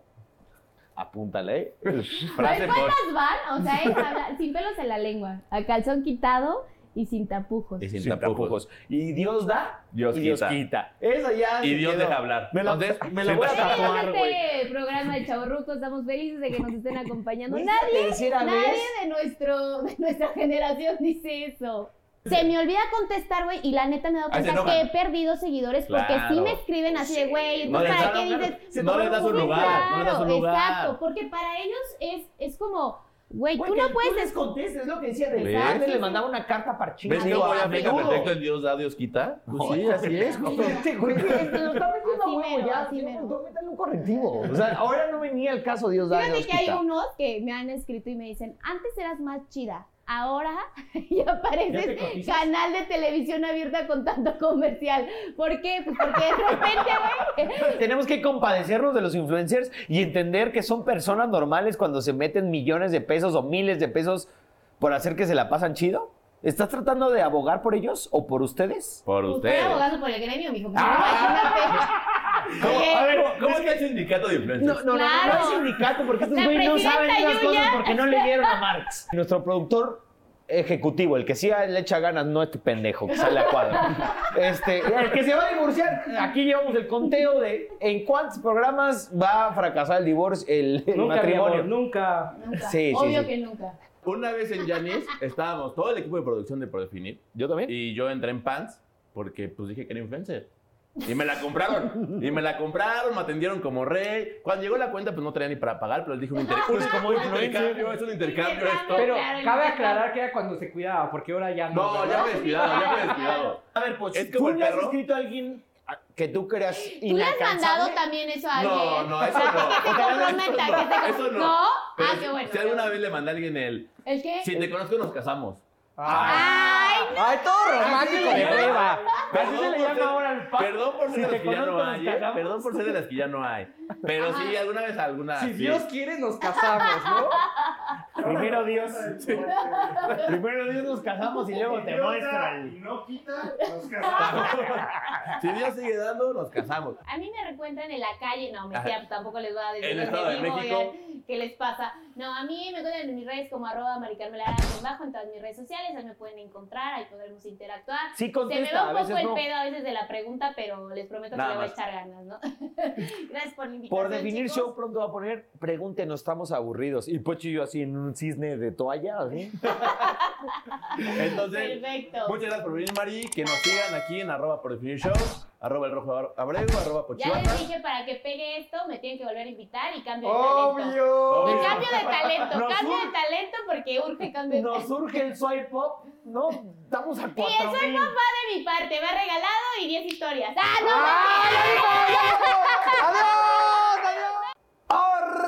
Apúntale, ¿eh? Frase ¿Sabes por. cuántas van? O sea, es habla- sin pelos en la lengua, a calzón quitado y sin tapujos. Y sin, Sin tapujos. tapujos. Y Dios da Dios y quita. Dios quita. Esa ya. Y se Dios quedó. deja hablar. Me la, Entonces, me la voy a siéntate. tatuar, güey. este programa de Chavorrucos, estamos felices de que nos estén acompañando. ¿No es la Nadie, tercera nadie vez? de, nuestro, de nuestra generación dice eso. Se me olvida contestar, güey, y la neta me he dado Ahí se cuenta que he enojan. perdido seguidores porque sí Claro. me escriben así de, güey, ¿tú No les para da- qué no, dices? se- no les da su Sí, lugar, no les da su claro, lugar. Exacto, porque para ellos es, es como, Güey, Güey, tú que no puedes. les es- contestes, es lo que decía del ¿Ves? padre, le mandaba una carta parchina. ¿Ves digo, cómo ya a aplica menudo. perfecto el Dios da, Dios quita? Pues sí, así es. justo. Este güey, este, lo está metiendo a Así huevo mero, ya, así sí, mero. no, métale un correctivo. O sea, ahora no venía el caso Dios da, Fíjate Dios que hay quita. unos que me han escrito y me dicen, antes eras más chida, ahora ya ¿Ya te pareces cotizas? canal de televisión abierta con tanto comercial. ¿Por qué? Pues porque de repente, güey, Tenemos que compadecernos de los influencers y entender que son personas normales cuando se meten millones de pesos o miles de pesos por hacer que se la pasan chido. ¿Estás tratando de abogar por ellos o por ustedes? Por pues, ustedes. estoy abogando por el gremio, mijo. pues, Ah. imagínate. ¿Cómo, a ver, Eh, ¿cómo es que hay sindicato de No, no, influencers? no, no, Claro. no Pues es sindicato, porque estos La güeyes no presidenta saben esas cosas Yuya. porque no leyeron a Marx. Nuestro productor ejecutivo, el que sí le echa ganas, no este pendejo que sale a cuadro. Este, el que se va a divorciar, aquí llevamos el conteo de en cuántos programas va a fracasar el divorcio, el, Nunca, el mi amor, matrimonio. nunca. nunca. Sí, sí, Obvio sí. que nunca. Una vez en Yanis estábamos todo el equipo de producción de Prodefinir Yo también. y yo entré en pants porque pues dije que era influencer. Y me la compraron. Y me la compraron, me atendieron como rey. Cuando llegó la cuenta, pues no tenía ni para pagar, pero les dije un, inter- Pues, un- un intercambio. Es un intercambio esto. Pero Claro, cabe nunca. aclarar que era cuando se cuidaba, porque ahora ya no. No, ¿verdad? ya me he descuidado, ya me he descuidado. A ver, pues, Es ¿tú como el le has perro. escrito a alguien a- que tú creas ¿Tú le has mandado inalcanzable? también eso a alguien? No, no, eso Para no. que se comprometa, Eso no, que se- eso no. ¿No? Pero Ah, si- qué bueno. Si qué alguna bueno. Eh. vez le mandé a alguien el. ¿El qué? Si te conozco, nos casamos. Ah. Ay, Ay, todo romántico de hueva. Perdón Así se le por llama ser- ahora al pa- Perdón por Si ser de te las que ya no conozco, nos hay. ¿eh? casamos. Perdón por ser de las que ya no hay. Pero sí, alguna vez alguna. Si sí. Dios quiere, nos casamos, ¿no? Primero Dios. Primero Dios nos casamos y luego te ah. muestra el... Y no quita, nos casamos. Si Dios sigue dando, nos casamos. A mí me reencuentran en la calle, no, me Ajá. cierto, tampoco les voy a decir En el dónde Estado de vivo, México. oigan, qué les pasa. No, a mí me encuentran en mis redes como arroba maricarmelara con bajo en todas mis redes sociales, ahí me pueden encontrar, ahí podremos interactuar. Sí Se me contesta, va a un poco veces el no. pedo a veces de la pregunta, pero les prometo Nada que le voy a más. echar ganas, ¿no? Gracias por la invitación, Por definir chicos. show pronto va a poner, pregúntenos, estamos aburridos. Y Pocho y yo así en un cisne de toalla. así. Entonces, Perfecto. pues, muchas gracias por venir, Mari. Que nos sigan aquí en arroba por definir show, arroba el rojo Abra- abreu, arroba Ya pochibamba. les dije para que pegue esto, me tienen que volver a invitar y cambio de talento. Obvio. Y cambio de talento, Nos cambio urge- de talento porque urge cambio de Nos talento. surge el swipe pop. No, estamos a Y cuatro eso es mil. más va de mi parte, me ha regalado y 10 historias. ¡Ah, no!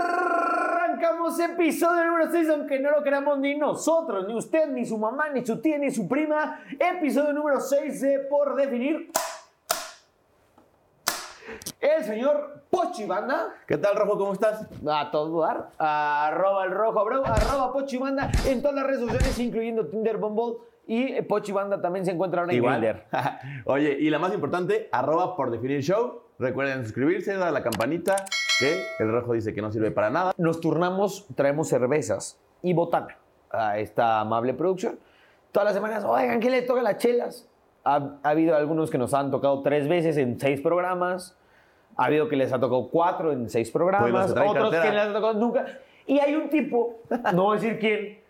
Arrancamos episodio número 6, aunque no lo queramos ni nosotros, ni usted, ni su mamá, ni su tía, ni su prima. Episodio número 6 de Por Definir. El señor Pochibanda. ¿Qué tal, Rojo? ¿Cómo estás? A todo dar. Arroba el rojo, bro. Arroba Pochibanda en todas las redes sociales, incluyendo Tinder, Bumble. Y Pochibanda también se encuentra ahora en Grindr. Igual. Oye, y la más importante, arroba por definir show. Recuerden suscribirse, dar a la campanita, que el rojo dice que no sirve para nada. nos turnamos, traemos cervezas y botana a esta amable producción. Todas las semanas, oigan, ¿qué le toca a las chelas? Ha, ha habido algunos que nos han tocado tres veces en seis programas. Ha habido que les ha tocado cuatro en seis Pues los programas. que traen otros que cartera. les ha tocado nunca. Y hay un tipo, no voy a decir quién.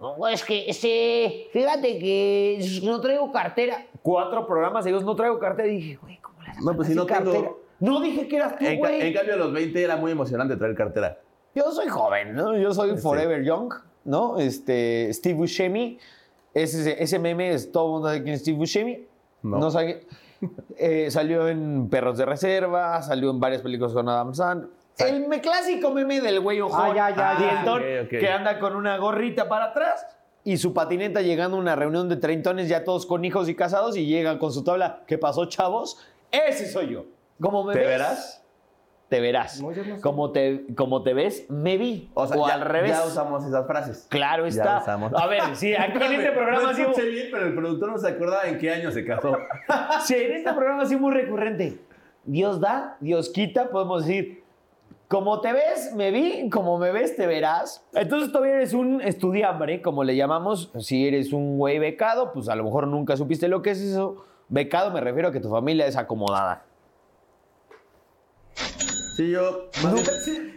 No, es que, este, fíjate que no traigo cartera. Cuatro programas seguidos, no traigo cartera. Y dije, güey, ¿cómo le No, pues si sin no tengo- cartera? No dije que eras tú, En, ca- güey. en cambio, a los 20 era muy emocionante traer cartera. Yo soy joven, ¿no? Yo soy forever young, ¿no? Este, Steve Buscemi, ese, ese meme es todo el mundo sabe quién es Steve Buscemi. No. No, sabe- eh, salió en Perros de Reserva, salió en varias películas con Adam Sandler. El me- clásico meme del güey ojo. Ah, ya, ya, ya. Ok, ok. que anda con una gorrita para atrás y su patineta llegando a una reunión de treintones ya todos con hijos y casados y llegan con su tabla. ¿Qué pasó, chavos? Ese soy yo. Como me ¿Te Pues ves, verás? Te verás. No, yo no sé. como, te, como te ves, me vi. O, ya- al revés. Ya usamos esas frases. Claro Ya está. usamos. A ver, si aquí en este programa no sí, hubo- escuché bien, pero el productor no se acordaba en qué año se casó. sí, en este programa sí muy recurrente. Dios da, Dios quita, podemos decir, como te ves, me vi, como me ves, te verás. Entonces todavía eres un estudiambre, como le llamamos. Si eres un güey becado, pues a lo mejor nunca supiste lo que es eso. Becado me refiero a que tu familia es acomodada. Sí, yo.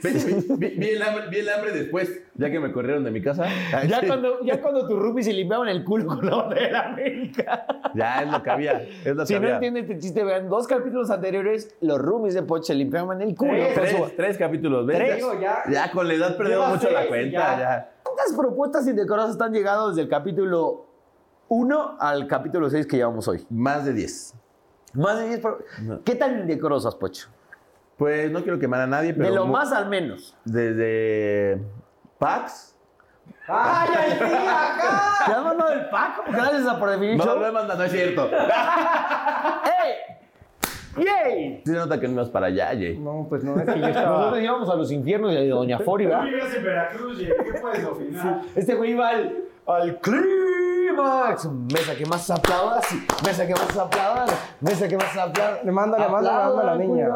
Vi, vi- vi- vi el hambre, vi el hambre después, ya que me corrieron de mi casa. Ay, Ya sí. cuando, ya cuando tu roomies se limpiaban el culo con la bandera América. Ya, es lo que había. Es lo Si que no había. entienden este chiste, vean dos capítulos anteriores, los roomies de Poch se limpiaban el culo. Tres, con su- tres, tres capítulos. ¿ves? Tres. Digo, ya- Ya con la edad perdemos Lleva mucho la seis y cuenta. ya. Ya. ¿Cuántas propuestas indecorosas están llegando desde el capítulo 1 al capítulo 6 que llevamos hoy? Más de 10. Más de 10 pro- No. ¿Qué tan indecorosas, Pocho? Pues no quiero quemar a nadie, pero. de lo mu- más al menos. Desde. Pax. ¡Ay, ay, sí, acá! ¿Te has mandado el Paco? Gracias a por definir No show. lo he mandado, no es cierto. ¡Ey! ¡Yay! Se nota que no ibas para allá, Jay. No, pues no, es que yo estaba... Nosotros íbamos a los infiernos de Doña Fori, Tú ¿verdad? vivías en Veracruz, Jay, ¿qué puedes opinar? Este güey iba al, al clímax. Mesa que más aplaudas, mesa que más aplaudas, mesa que más aplaudas. Le mando, le mando, le mando a la niña.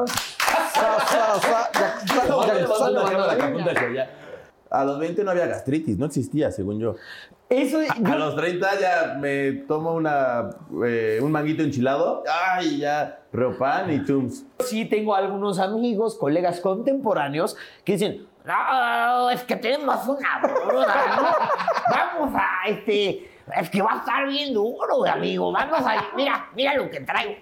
A los 20 no había gastritis, no existía, según yo. Eso, A a los 30 ya me tomo una, eh, un manguito enchilado. Ay, ya. Reopan y Tums. sí tengo algunos amigos, colegas contemporáneos que dicen, no, es que tenemos una boda, ¿no? Vamos a, este, es que va a estar bien duro, amigo, vamos a, mira, mira lo que traigo.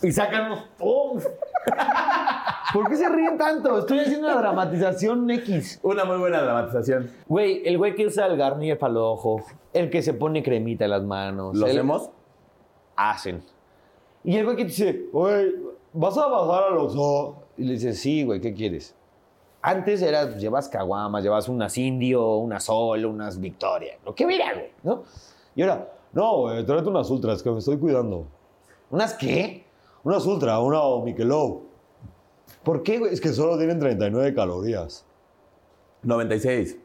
Y sacan unos toms. ¿Por qué se ríen tanto? Estoy haciendo una dramatización X. Una muy buena dramatización. Güey, el güey que usa el garnier para el ojo, el que se pone cremita en las manos. ¿Lo el- hacemos? hacen. Y el güey que te dice, güey, ¿vas a bajar a los dos? Y le dice, sí, güey, ¿qué quieres? Antes era, pues, llevas caguamas, llevas unas indio, unas sol, unas victoria, lo que hubiera, güey, ¿no? Y ahora, no, güey, tráete unas ultras que me estoy cuidando. ¿Unas qué? Unas ultra, una o Michelob. ¿Por qué, güey? Es que solo tienen 39 calorías. 96.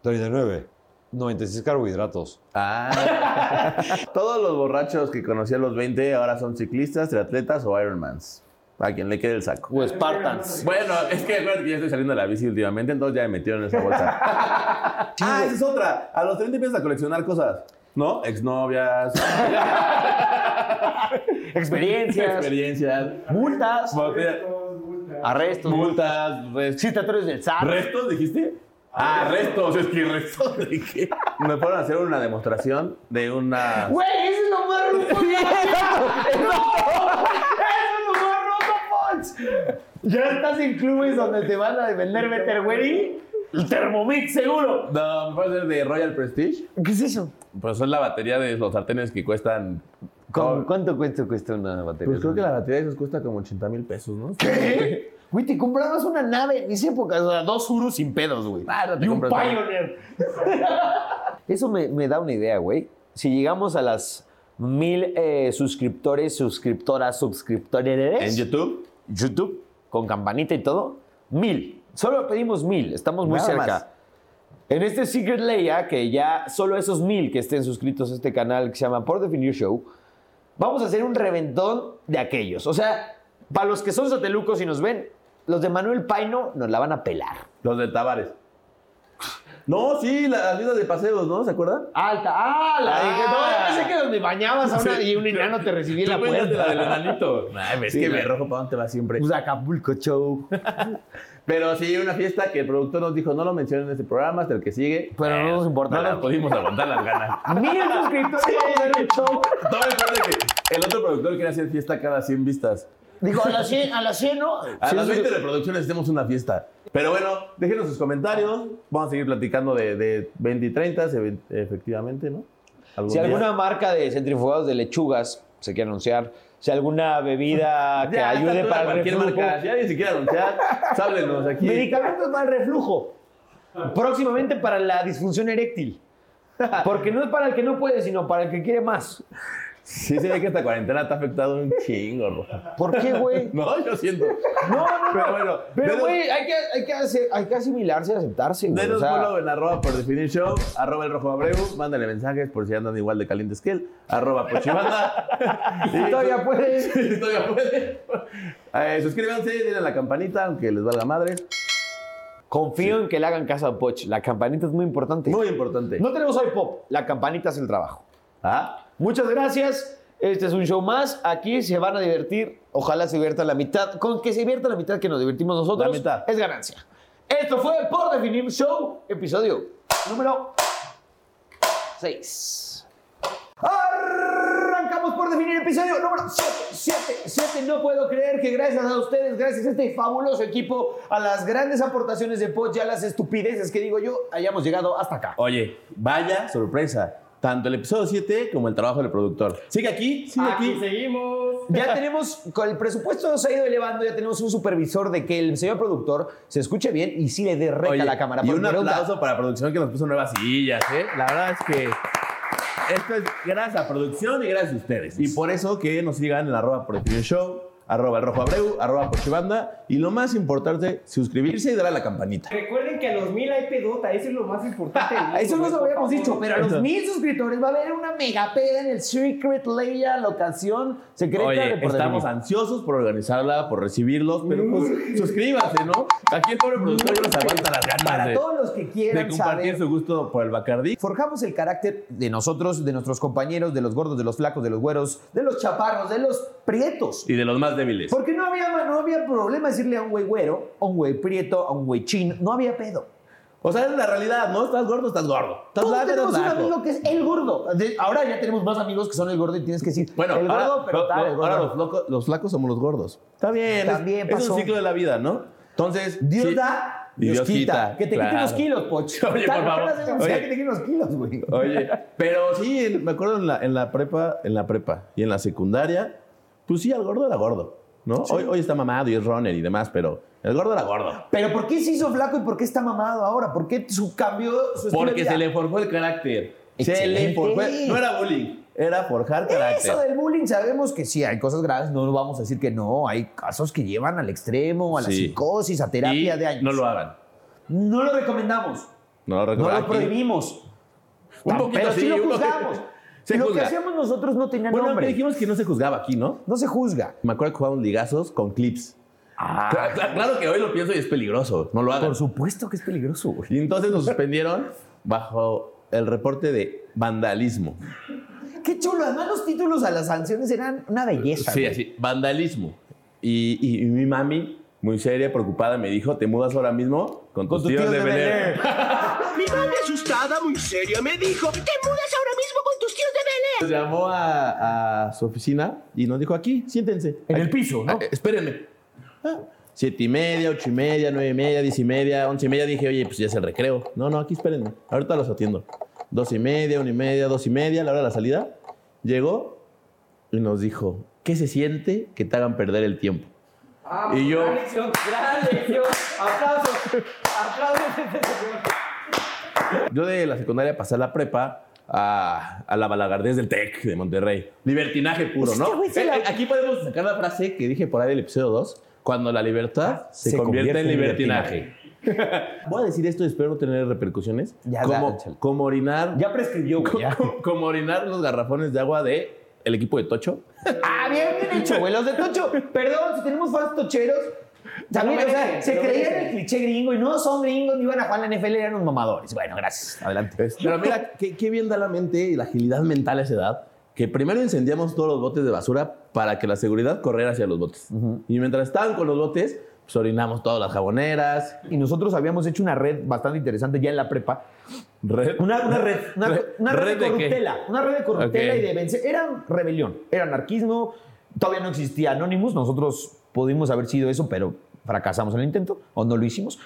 39. 96 carbohidratos. Ah. Todos los borrachos que conocí a los 20 ahora son ciclistas, triatletas o Ironmans. A quien le quede el saco. O Spartans. Bueno, es que acuérdate que ya estoy saliendo de la bici últimamente, entonces ya me metieron en esa bolsa. ah, esa es otra. A los 30 empiezas a coleccionar cosas. ¿No? Exnovias, Experiencias, experiencias, multas, botellas, Todos multas. arrestos, multas, restos. citatorios del SAT. ¿Restos dijiste? Ah, restos. Es que restos de qué. Me fueron a hacer una demostración de una. Güey, ese es lo más roto. ¡No! ¡Eso es lo más roto, Punch! Ya estás en clubes donde te van a vender Better Wedding. El Thermomix, seguro. No, me fueron a hacer de Royal Prestige. ¿Qué es eso? Pues son la batería de los sartenes que cuestan. ¿Cuánto cuesta, cuesta una batería? Pues creo que la batería de esos cuesta como 80 mil pesos, ¿no? ¿Qué? Güey, te comprabas una nave en esa época. O sea, dos Urus sin pedos, güey. Ah, no te y un compras nada. Pioneer. Eso me, me da una idea, güey. Si llegamos a las mil eh, suscriptores, suscriptoras, suscriptores... En YouTube. YouTube, con campanita y todo, mil. Solo pedimos mil, estamos muy Nada cerca. más. En este Secret Leia, que ya solo esos mil que estén suscritos a este canal que se llama Por Definir Show, vamos a hacer un reventón de aquellos. O sea, para los que son satelucos y nos ven, los de Manuel Paino nos la van a pelar. Los de Tavares. No, sí, la- las vidas de paseos, ¿no? ¿Se acuerdan? Alta, ah, la de que Ah. no, pensé que donde bañabas a una, y un enano te recibía en la Tú venías de puerta. del enanito. Ay, es Sí, que la- me rojo para dónde va siempre. Pues Acapulco Show. Pero sí, una fiesta que el productor nos dijo, no lo mencionen en este programa, hasta el que sigue. Pero no nos importa. No las pudimos aguantar las ganas. Mil suscriptores vamos a hacer un show. No me acuerdo que el otro productor quiere hacer fiesta cada 100 vistas. Digo, a las 100, a las 100, ¿no? A Sí, las sí, 20 sí. reproducciones hacemos una fiesta. Pero bueno, déjenos sus comentarios. Vamos a seguir platicando de, de 20 y 30, se ve- efectivamente, ¿no? Algún Si día. alguna marca de centrifugados de lechugas se quiere anunciar, si alguna bebida que Ya, ayude está para el cualquier reflujo, marca. Si alguien se quiere anunciar, háblenos aquí. medicamentos para el reflujo, próximamente para la disfunción eréctil. Porque no es para el que no puede, sino para el que quiere más. Sí, se ve que esta cuarentena te ha afectado un chingo, Roja. ¿Por qué, güey? No, yo siento. No, no, Pero no. bueno, Pero, denos- güey, hay que, hay, que hacer- hay que asimilarse y aceptarse. güey, o Denos sea, follow en arroba por definir show, arroba el rojo abreu, mándale mensajes por si andan igual de calientes que él, arroba pochibanda. y todavía puedes. Sí, todavía puede. Eh, suscríbanse, denle a la campanita, aunque les valga madre. Confío en que le hagan caso a Poch. La campanita es muy importante. Muy importante. No tenemos iPop. La campanita hace el trabajo. Ah, Muchas gracias. Este es un show más. Aquí se van a divertir. Ojalá se diviertan la mitad. Con que se divierta la mitad que nos divertimos nosotros. La mitad. Es ganancia. Esto fue Por Definir Show, episodio número 6. Arrancamos por por definir episodio número 7, 7, 7. No puedo creer que gracias a ustedes, gracias a este fabuloso equipo, a las grandes aportaciones de Pod y a las estupideces que digo yo, hayamos llegado hasta acá. Oye, vaya sorpresa. Tanto el episodio 7 como el trabajo del productor. Sigue aquí, sigue aquí. Aquí seguimos. Ya tenemos, con el presupuesto se ha ido elevando, ya tenemos un supervisor de que el señor productor se escuche bien y sí le dé recta Oye, la cámara. Y porque un era aplauso para producción que nos puso nuevas sillas, ¿eh? La verdad es que esto es gracias a producción y gracias a ustedes. Y por eso que nos sigan en arroba por Definir show, arroba el rojo abreu, arroba pochibanda y lo más importante, suscribirse y darle a la campanita. Recuerden que a los mil hay pedota, eso es lo más importante. Eso no Por lo habíamos favor. dicho, pero a los Eso. mil suscriptores va a haber una mega peda en el Secret Leia, la ocasión secreta de Oye, por estamos definir. ansiosos por organizarla, por recibirlos, pero pues suscríbanse, ¿no? Aquí el pobre productor ya nos aguanta las ganas Para de, todos los que de quieran compartir saber. su gusto por el Bacardí. Forjamos el carácter de nosotros, de nuestros compañeros, de los gordos, de los flacos, de los güeros, de los chaparros, de los prietos. Y de los más débiles. Porque no había, no había problema decirle a un güey güero, a un güey prieto, a un güey chin. No había pedo. O sea, es la realidad, ¿no? Estás gordo, estás gordo. Estás Todos flaco, tenemos estás un flaco. amigo que es el gordo. De- ahora ya tenemos más amigos que son el gordo y tienes que decir Bueno, el gordo, ahora, pero lo- tal, lo- el gordo. ahora los, loco- los flacos somos los gordos. Está bien. También es, es pasó. un ciclo de la vida, ¿no? Entonces. Dios sí- da, y Dios quita, Que te quiten claro. los kilos, pocho. Oye, por favor. Acabas de denunciar Oye. que te quiten los kilos, güey. Oye, pero sí, en- me acuerdo en la, en la prepa, en la prepa y en la secundaria, pues sí, al gordo era gordo, ¿no? Hoy, hoy está mamado y es runner y demás, pero el gordo era gordo. Pero ¿por qué se hizo flaco y por qué está mamado ahora? ¿Por qué su cambio, su estilo de Porque vida? se le forjó el carácter. Se le Pues Excelente. forjó. No era bullying, era forjar carácter. Eso del bullying sabemos que sí, hay cosas graves, no vamos a decir que no, hay casos que llevan al extremo, a la Sí. psicosis, a terapia Y de años. No lo hagan. No lo recomendamos, No lo no recomiendo. lo prohibimos, Un poquito pero sí lo un poquito- juzgamos. Se lo juzga. que hacemos nosotros no tenía Bueno, aunque nombre, dijimos que no se juzgaba aquí, ¿no? no se juzga. Me acuerdo que jugaban ligazos con clips. Cla- cla- claro que hoy lo pienso y es peligroso. No lo hagan. Ah. Por supuesto que es peligroso, güey. Y entonces nos suspendieron bajo el reporte de vandalismo. Qué chulo, además los títulos a las sanciones eran una belleza. Sí, güey. así, vandalismo. Y, y- y mi mami, muy seria, preocupada, me dijo, te mudas ahora mismo con tus, Con tus tíos, tíos de de Belén. Belén. Mi mami asustada, muy seria, me dijo, te mudas ahora mismo con tus tíos de Belén. Nos llamó a, a su oficina y nos dijo, aquí, siéntense. En el Aquí. piso, ¿no? Ah, eh, espérenme. Ah, Siete y media, ocho y media, nueve y media, diez y media, once y media. Dije, oye, pues ya es el recreo. No, no, aquí espérenme. Ahorita los atiendo. Dos y media, una y media, dos y media, la hora de la salida. Llegó y nos dijo, ¿qué se siente que te hagan perder el tiempo? Ah, Y yo- Gran lección, gran lección. Aplausos, aplausos. Yo de la secundaria pasé a la prepa a, a la balagardez del TEC de Monterrey. Libertinaje puro, Es que, ¿no? güey, se Eh, la- eh, Aquí podemos sacar la frase que dije por ahí del episodio 2, cuando la Ah, libertad se, convierte, en libertinaje. Voy a decir esto y espero no tener repercusiones. Ya, como, da, échale. como orinar, Ya prescribió, güey. ya. como, como orinar los garrafones de agua de el equipo de Tocho. Ah, bien, bien hecho, güey. Los de Tocho, perdón, si tenemos fans tocheros, también, o sea, se creían el cliché gringo y no son gringos, ni iban a jugar en la NFL, eran unos mamadores. Bueno, gracias. Adelante. Es- Este, Pero mira, qué, qué bien da la mente y la agilidad mental a esa edad. Que primero incendiamos todos los botes de basura para que la seguridad corriera hacia los botes. Y mientras estaban con los botes, pues orinamos todas las jaboneras. Y nosotros habíamos hecho una red bastante interesante ya en la prepa. Red. Una, una red, una, Red- una red, ¿red de de qué? corruptela. Una red de corruptela Ok. y de vencer. Era rebelión, era anarquismo. Todavía no existía Anonymous. Nosotros pudimos haber sido eso, pero fracasamos en el intento o no lo hicimos.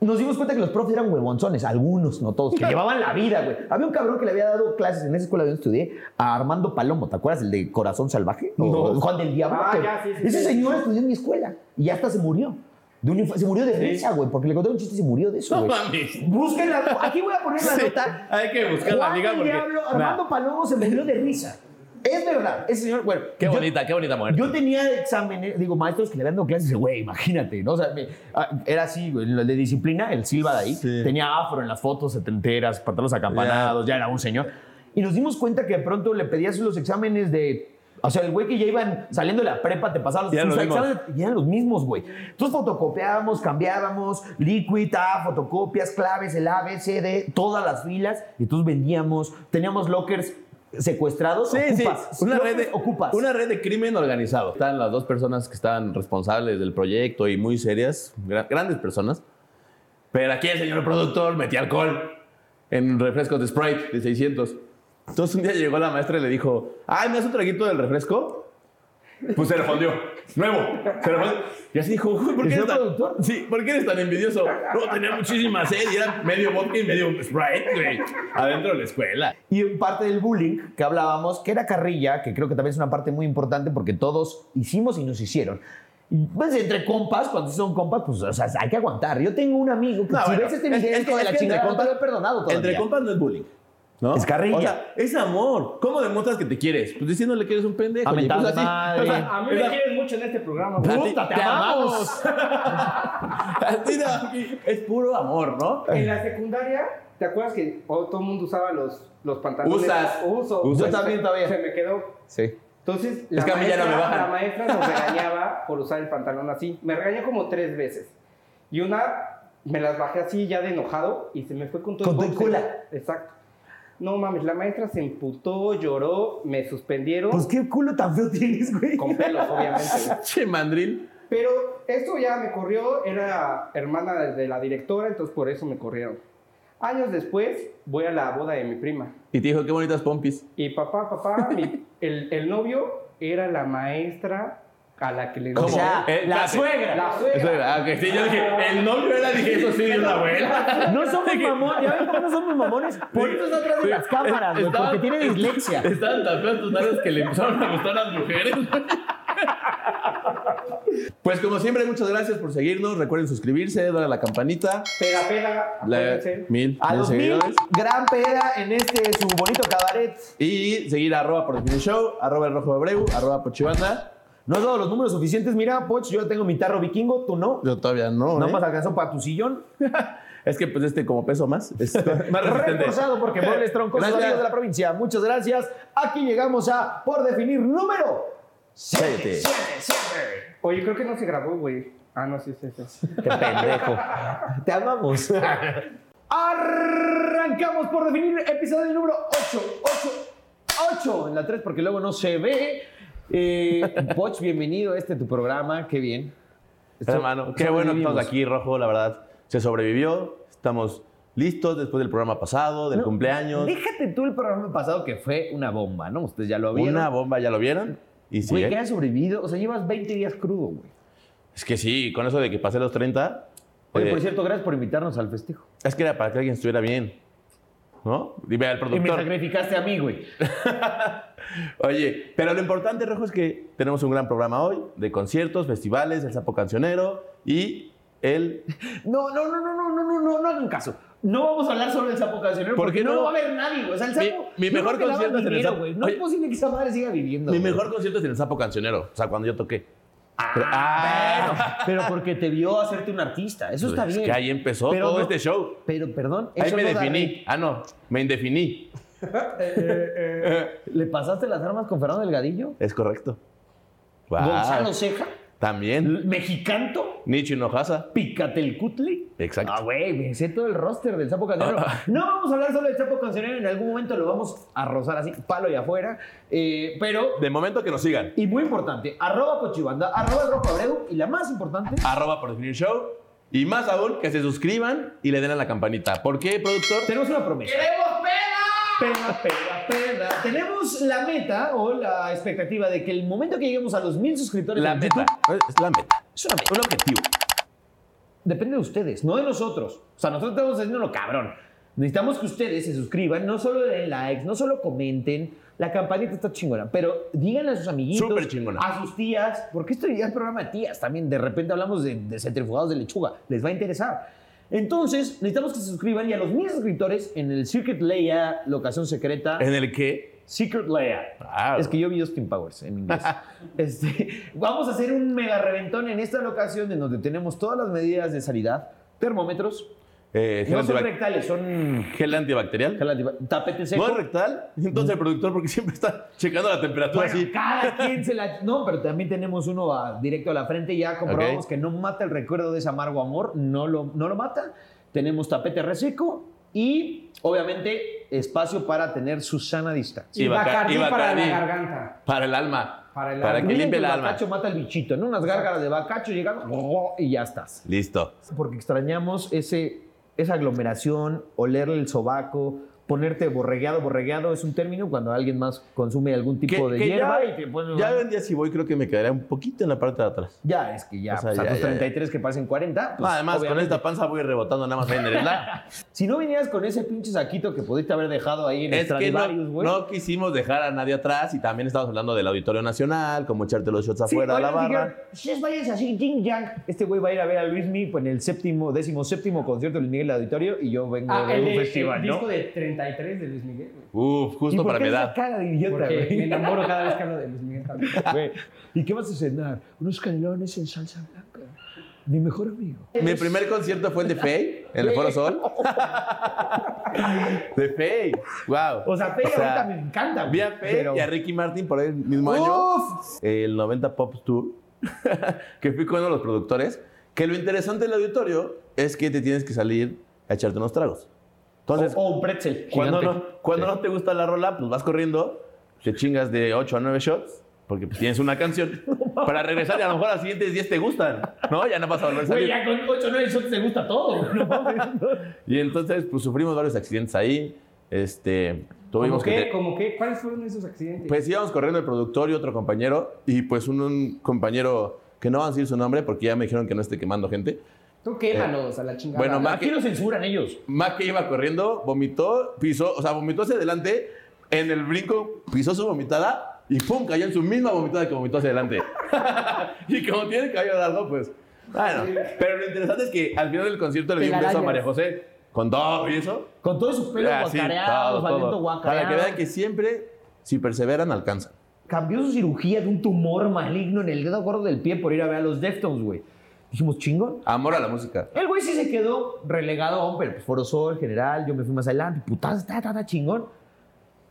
Nos dimos cuenta que los profes eran huevonzones, algunos, no todos, que llevaban la vida, güey. Había un cabrón que le había dado clases en esa escuela donde estudié a Armando Palomo, ¿te acuerdas? El de Corazón Salvaje, o Juan del Diablo. Ah, que- ya, sí, sí, ese sí. señor estudió en mi escuela y hasta se murió. De un inf- se murió de risa, güey, porque le contaron un chiste y se murió de eso, No güey. mames. Búsquenla. Aquí voy a poner la Sí, nota. hay que buscar la Juan liga del porque- Diablo, Armando Palomo se murió de risa. Es verdad. Ese señor, bueno. Qué yo- bonita, qué bonita mujer. Yo tenía exámenes, digo, maestros que le habían dado clases, y, güey, imagínate, ¿no? O sea, me- ah, era así, güey, el de disciplina, el Silva de ahí, Sí. tenía afro en las fotos setenteras, pantalones acampanados, ya era un señor. Y nos dimos cuenta que de pronto le pedías los exámenes de... O sea, el güey que ya iban saliendo de la prepa te pasaba los, Ya sus los mismos. exámenes y eran los mismos, güey. Entonces fotocopiábamos, cambiábamos, liquid, A, fotocopias, claves, el A, B, C, D, todas las filas. Y entonces vendíamos, teníamos lockers secuestrados. Sí, sí. ocupas, Una red, lockers de, ocupas. una red de crimen organizado. Están las dos personas que estaban responsables del proyecto y muy serias, gra- grandes personas. Pero aquí el señor productor metía alcohol en refrescos de Sprite de 600. Entonces un día llegó la maestra y le dijo, ay, ¿me das un traguito del refresco? Pues se respondió, nuevo, se refundió. Y así dijo, "Uy, ¿por qué, eres tan, sí, ¿por qué eres tan envidioso? No, tenía muchísima sed y era medio vodka y medio Sprite, güey, adentro de la escuela. Y en parte del bullying que hablábamos, que era carrilla, que creo que también es una parte muy importante porque todos hicimos y nos hicieron. Y, Pues entre compas, cuando son compas, pues o sea, hay que aguantar. Yo tengo un amigo que No, si bueno, ves este es- video es que- de es la que entre chingada, no te compas- lo he perdonado todavía. Entre compas no es bullying. ¿No? Es carrilla. O sea, es amor. ¿Cómo demuestras que te quieres? Pues diciéndole que eres un pendejo. A y mentar pues de así, madre. o sea, A mí es me la- quieren mucho en este programa. A ti- Puta, te, te amamos. amamos. a ti no, es puro amor, ¿no? En la secundaria, ¿te acuerdas que oh, todo el mundo usaba los, los pantalones? Usas. Uso. Usas. Yo también todavía. Se me quedó. Sí. Entonces, Es la, que a mí ya maestra, no me bajan. la maestra nos regañaba por usar el pantalón así. Me regañó como tres veces. Y una, me las bajé así ya de enojado y se me fue con todo Con tu boxer. cola. Exacto. No mames, la maestra se emputó, lloró, me suspendieron. Pues qué culo tan feo tienes, güey. Con pelos, obviamente. güey. Che, mandril. Pero esto ya me corrió, era hermana de- de la directora, entonces por eso me corrieron. Años después, voy a la boda de mi prima. Y te dijo, qué bonitas pompis. Y papá, papá, mi- el, el novio era la maestra a la que le ¿Cómo? Eh, la espérate. suegra. La Eso suegra. era, ah, ok, sí, yo dije, el novio era, dije, eso sí, de una abuela. No somos mamones, ya ven cómo no somos mamones. Por eso está atrás de las cámaras, güey, Estaba- porque tiene dislexia. Estaban tan feas tus nalgas que le empezaron a gustar a las mujeres. Pues como siempre, muchas gracias por seguirnos. Recuerden suscribirse, darle a la campanita. Pega, pega, La, acuérdense. mil, A mil los mil, seguidores. gran peda en este su bonito cabaret. Y seguir a arroba por definir show, arroba el rojo abreu, arroba pochibanda. No has dado los números suficientes. Mira, Poch, yo ya tengo mi tarro vikingo, tú no. Yo todavía no. Nada ¿eh? más alcanzó para tu sillón. Es que pues este como peso más. Es más resistente. Reforzado porque muebles troncosos, Gracias. amigos de la provincia. Muchas gracias. Aquí llegamos a Por Definir Número Cállate. 7. Oye, creo que no se grabó, güey. Ah, no, sí, sí, sí. Qué pendejo. Te amamos. Arrancamos por definir episodio número 8, 8, 8 en la 3 porque luego no se ve. Eh, Poch, bienvenido a este tu programa, qué bien. Esto- Hermano, qué bueno que estamos sobrevivimos. aquí, Rojo, la verdad. Se sobrevivió, estamos listos después del programa pasado, del No, cumpleaños. Déjate tú el programa pasado que fue una bomba, ¿no? Ustedes ya lo vieron. Una bomba, ¿ya lo vieron? Y sí, Güey, ¿eh? que hayas sobrevivido. O sea, llevas 20 días crudo, güey. Es que sí, con eso de que pasé los 30, Oye, eh, por cierto, gracias por invitarnos al festejo. es que era para que alguien estuviera bien, ¿no? Dime al Y me productor. sacrificaste a mí, güey. Oye, pero lo importante, Rojo, es que tenemos un gran programa hoy de conciertos, festivales, el sapo cancionero y el... No, no, no, no, no, no, no, no, no hagan caso. No vamos a hablar sobre el sapo cancionero ¿Por porque qué no? no? lo va a ver nadie, güey. O sea, el Mi- sapo. mi no mejor creo que concierto daban es en el dinero, sapo. güey. No Oye, es posible que esa madre siga viviendo. Mi güey. mejor concierto es en el sapo cancionero, o sea, cuando yo toqué. Pero- Ah, pero porque te vio hacerte un artista. Eso está Pues bien. que ahí empezó Pero todo no- este show. Pero, perdón. Ahí eso me no da definí. rey. Ah, no, me indefiní. eh, ¿Le pasaste las armas con Fernando Delgadillo? Es correcto. Wow. Gonzalo Ceja. También. L- Mexicanto. Nicho Hinojosa. Picatelcutli. Exacto. Ah, Ah, güey, me sé todo el roster del Sapo Cancionero. No vamos a hablar solo del Sapo Cancionero, en algún momento lo vamos a rozar así, palo y afuera. Eh, pero De momento que nos sigan. Y muy importante, arroba cochibanda, arroba el rojo abreu y la más importante, Arroba por definir show. Y más aún, que se suscriban y le den a la campanita. ¿Por qué, productor? tenemos una promesa. ¡Queremos peda! Peda, peda, peda. Tenemos la meta o la expectativa de que el momento que lleguemos a los mil suscriptores La en meta. YouTube, Es la meta. es una meta. Un objetivo. Depende de ustedes, no de nosotros. O sea, nosotros estamos haciendo lo cabrón. Necesitamos que ustedes se suscriban, no solo den likes, no solo comenten. La campanita está chingona, pero díganle a sus amiguitos, Súper chingona. a sus tías, porque esto ya es programa de tías también. De repente hablamos de, de centrifugados de lechuga, les va a interesar. Entonces, necesitamos que se suscriban y a los mil suscriptores en el Secret Leia, locación secreta. En el que. Secret Lair. Ah, es que yo vi Austin Powers en inglés. Este, vamos a hacer un mega reventón en esta locación en donde tenemos todas las medidas de sanidad, termómetros, eh, gel, no son antibac- rectales, son gel antibacterial. gel antiba- tapete seco. ¿No es rectal? Entonces el productor, porque siempre está checando la temperatura Bueno, así. cada quien se la... No, pero también tenemos uno a- directo a la frente. Ya comprobamos que no mata el recuerdo de ese amargo amor. No lo, no lo mata. Tenemos tapete reseco y, obviamente, espacio para tener su sana distancia. Y Y Baca- Bacardí y para la Bacardi. garganta. Para el alma. Para el Para alma. que Miren limpie el alma. bacacho mata el bichito, ¿no? Unas gárgaras de bacacho llegando y ya estás. Listo. Porque extrañamos ese, esa aglomeración, olerle el sobaco, ponerte borregueado, borregueado es un término cuando alguien más consume algún Que- tipo de que hierba ya, y te ponen... ya hoy en día si voy creo que me quedaría un poquito en la parte de atrás. Ya, es que ya, O sea, pues, a ya, tus ya, ya. 33 que pasen 40. No, pues, además, con obviamente. esta panza voy rebotando nada más ahí en el lado. Si no vinieras con ese pinche saquito que pudiste haber dejado ahí en Es que no, Stradivarius, güey. no quisimos dejar a nadie atrás y también estamos hablando del Auditorio Nacional, como echarte los shots Sí, afuera de la oigan, dijeron, barra. "Ustedes váyanse así, yin yang. Este güey va a ir a ver a Luismi pues, en el séptimo, décimo séptimo concierto de Luis Miguel Auditorio y yo vengo Ah, de el, un de- el festival, ¿no? disco de 33 de Luis Miguel. güey. Uf, ¿Y justo por para qué mi esa edad. cara de idiota, Porque güey? me enamoro cada vez que hablo de Luis Miguel también. Güey, ¿Y qué vas a cenar? Unos canelones en salsa blanca. Mi mejor amigo. Mi primer concierto fue el de Fey, en el Foro Sol. de Fey, wow. O sea, Fey ahorita me encanta, güey. Vi a Fey Pero- y a Ricky Martin por ahí el mismo año. El 90 Pop Tour, que fui con uno de los productores. Que lo interesante del auditorio es que te tienes que salir a echarte unos tragos. Entonces, o, o un pretzel. Cuando, Oh, gigante. no, cuando no te gusta la rola, pues vas corriendo, te chingas de 8 a 9 shots, porque pues tienes una canción para regresar y a lo mejor a las siguientes 10 te gustan, ¿no? Ya no vas a volver a Güey, salir. ya con 8 o 9 shots te gusta todo. No mames. Y entonces, pues sufrimos varios accidentes ahí. Este, tuvimos ¿Cómo que. qué? ¿Cómo qué? ¿Cuáles fueron esos accidentes? Pues íbamos corriendo el productor y otro compañero, y pues un, un compañero que no van a decir su nombre porque ya me dijeron que no esté quemando gente. Tú quémanos a la chingada. Bueno, más Aquí lo censuran ellos. Mac que iba corriendo, vomitó, pisó, o sea, vomitó hacia adelante, en el brinco pisó su vomitada y ¡pum! cayó en su misma vomitada que vomitó hacia adelante. y como tiene el cabello largo, pues. Bueno, pero lo interesante es que al final del concierto le di un beso a Telarañas. María José con todo y eso. Con todos sus pelos Ah, sí, guacareados, todo, todo. aliento guacareado. Para que vean que siempre, si perseveran, alcanzan. cambió su cirugía de un tumor maligno en el dedo gordo del pie por ir a ver a los Deftones, güey. Dijimos, chingón. Amor a la música. El güey sí se quedó relegado, hombre, pues Foro Sol, general, yo me fui más adelante, putaz, ta, ta, ta, chingón.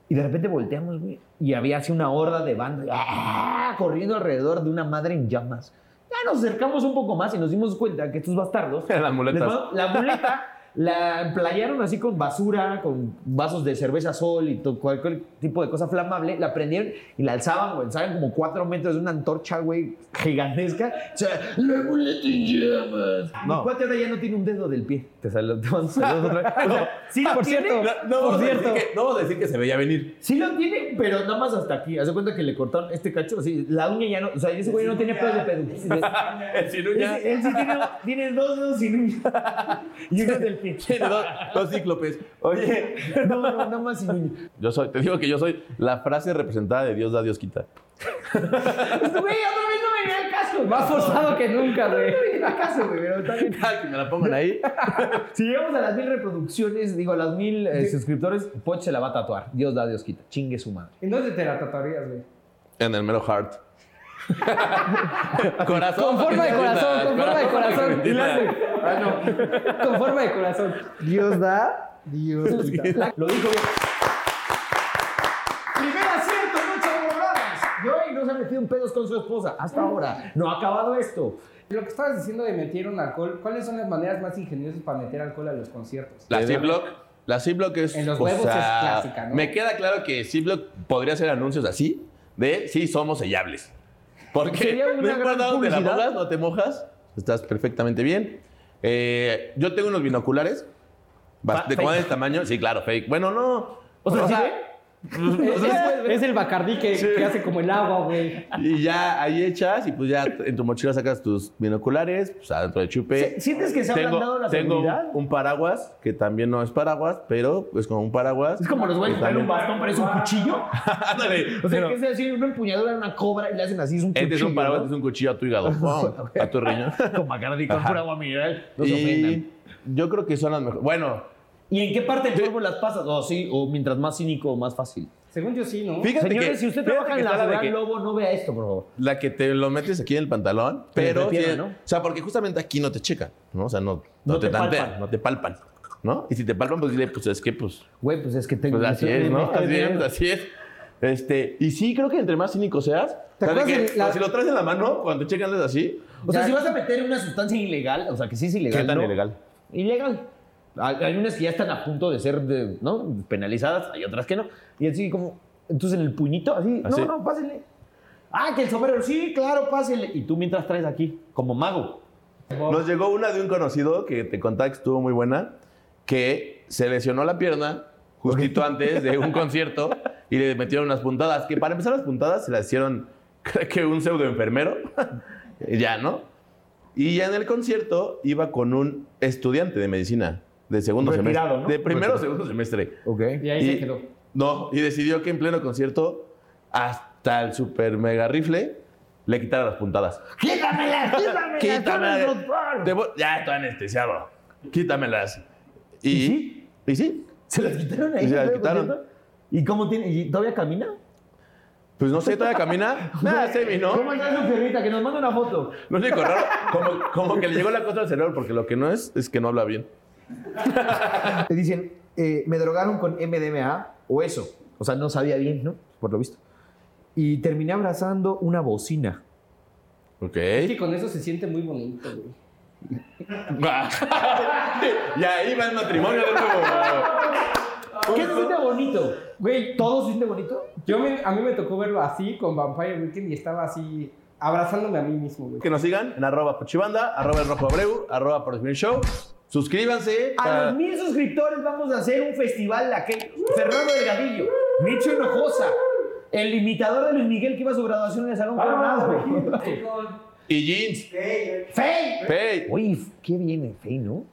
Y de repente volteamos, güey, y había así una horda de banda ¡ah! corriendo alrededor de una madre en llamas. Ya nos acercamos un poco más y nos dimos cuenta que estos bastardos... Las les muletas. mandaron- La muleta la emplayaron así con basura, con vasos de cerveza sol y to- cualquier tipo de cosa flamable. La prendieron y la alzaban, güey. Saben como cuatro metros de una antorcha, güey, gigantesca. O sea, la muleta en llamas. Mi No. cuate ahora ya no tiene un dedo del pie. Te salió, te van saludos otra vez. O sea, sí lo Por tiene, cierto, no, no por vamos a decir cierto. que- no vamos a decir que se veía venir. Sí lo tiene, pero nada más hasta aquí. Hace cuenta que le cortaron este cacho. Así, la uña ya no. O sea, ese güey no tiene pedos de pedo. El ciruña. Él, él sí tiene, tiene dos dedos sin uña. Y uno del pie. Tiene dos, dos cíclopes. Oye, No, no, nada más sin uña. yo soy, te digo que yo soy la frase representada de Dios da, Dios quita. Este güey otra vez no me venía el caso. Más forzado que nunca, güey. No me venía el caso, güey, pero está bien. Cada Ah, que me la pongan ahí. Si llegamos a las mil reproducciones, digo, a las mil eh, suscriptores, Poch se la va a tatuar. Dios da, Dios quita. Chingue su madre. ¿En dónde te la tatuarías, güey? En el mero heart. corazón. Con forma de corazón, con forma de corazón. Y la hace. Con forma de corazón. Dios da, Dios quita. Lo dijo bien. Primer acierto, muchas borradas. Y hoy no se ha metido en pedos con su esposa. Hasta ahora. No ha acabado esto. Lo que estabas diciendo de metieron alcohol, ¿cuáles son las maneras más ingeniosas para meter alcohol a los conciertos? La Ziploc. La Ziploc es. En los o huevos sea, es clásica, ¿no? Me queda claro que Ziploc podría hacer anuncios así de sí somos sellables. Porque Sería una no importa gran dónde la publicidad. mojas, no te mojas, estás perfectamente bien. Eh, yo tengo unos binoculares. bast- Fa- ¿De fake. cuál es el tamaño? Sí, claro, fake. Bueno, no. O sea, ¿sí ¿eh? Es, es- es el bacardí que, que hace como el agua, güey. Y ya ahí echas y pues ya en tu mochila sacas tus binoculares, pues adentro de chupe. ¿Sí- sientes que se ha ablandado la tengo seguridad? un paraguas que también no es paraguas, pero es como un paraguas. Es como los güeyes que traen un bastón, pero es un cuchillo. Ándale. O sea, Pero que es decir, una empuñadura, una cobra y le hacen así, es un cuchillo. este es un paraguas, este es un cuchillo a tu hígado, ¡pum! a tu riñón. ¿no? Con Bacardi, con Ajá. pura agua mineral. No se ofendan. y yo creo que son las mejores. Bueno, ¿Y en qué parte del cuerpo las pasas? O sí, o mientras más cínico, más fácil. Según yo sí, ¿no? fíjate Señores, que- si usted fíjate trabaja que en la está de laboral que- lobo, no vea esto, por favor. La que te lo metes aquí en el pantalón, Pero pero. de pierna, sí, ¿no? O sea, porque justamente aquí no te checan, ¿no? O sea, no, no, No te, te tantean, palpan. no te palpan, ¿no? Y si te palpan, pues dile, pues es que, pues. Güey, pues es que tengo... Pues así estoy- es, me ¿no? estoy Así es, viendo. así es. Este, y sí, creo que entre más cínico seas, ¿Te ¿sabes acuerdas qué? de la- Pues si lo traes en la mano, cuando te checan es así, O sea, si vas a meter una sustancia ilegal, o sea, que sí es ilegal, ¿qué tan ¿no? ilegal? Ilegal. Hay hay unas que ya están a punto de ser de- ¿no? penalizadas, hay otras que no. Y así como, entonces en el puñito, así, Así. no, no, pásenle. Ah, que el sombrero, sí, claro, pásenle. Y tú mientras traes aquí, como mago. Nos llegó una de un conocido que te contaba que estuvo muy buena, que se lesionó la pierna justito antes de un concierto y le metieron unas puntadas. Que para empezar las puntadas se las hicieron, creo que un pseudo enfermero, ya, ¿no? Y ya en el concierto iba con un estudiante de medicina de segundo Retirado, semestre. ¿no? De primero o Retirado. segundo semestre. Ok. Y ahí se quedó. No, y decidió que en pleno concierto, hasta el super mega rifle, le quitara las puntadas. ¡Quítamela! ¡Quítamela! Quítamela. Te voy- ya estoy anestesiado. Quítamelas. ¿Y, ¿Y sí? ¿Y sí? ¿Se las quitaron ahí? Se las ¿no? quitaron. ¿Y cómo tiene? ¿Y todavía camina? Pues no sé, todavía camina. Nada, semi, ¿no? ¿Cómo está su perrita? Que nos manda una foto. Lo único raro, como, como que le llegó la cosa al cerebro, porque lo que no es, es que no habla bien. Te dicen, eh, me drogaron con MDMA o eso. O sea, no sabía bien, ¿no? Por lo visto. Y terminé abrazando una bocina. Ok. Es que con eso se siente muy bonito, güey. y ahí va el matrimonio de nuevo. ¿Qué se siente bonito? Güey, ¿todo se siente bonito? Yo me- a mí me tocó verlo así con Vampire Weekend y estaba así abrazándome a mí mismo, güey. Que nos sigan en arroba pochibanda, arroba el rojo abreu, arroba por definir show. Suscríbanse. A para- los mil suscriptores vamos a hacer un festival la que Fernando Delgadillo, Nicho Hinojosa, el imitador de Luis Miguel que iba a su graduación en el Salón Coronado. Y jeans. ¡Fey! Hey. Oye, qué bien Fey, ¿no?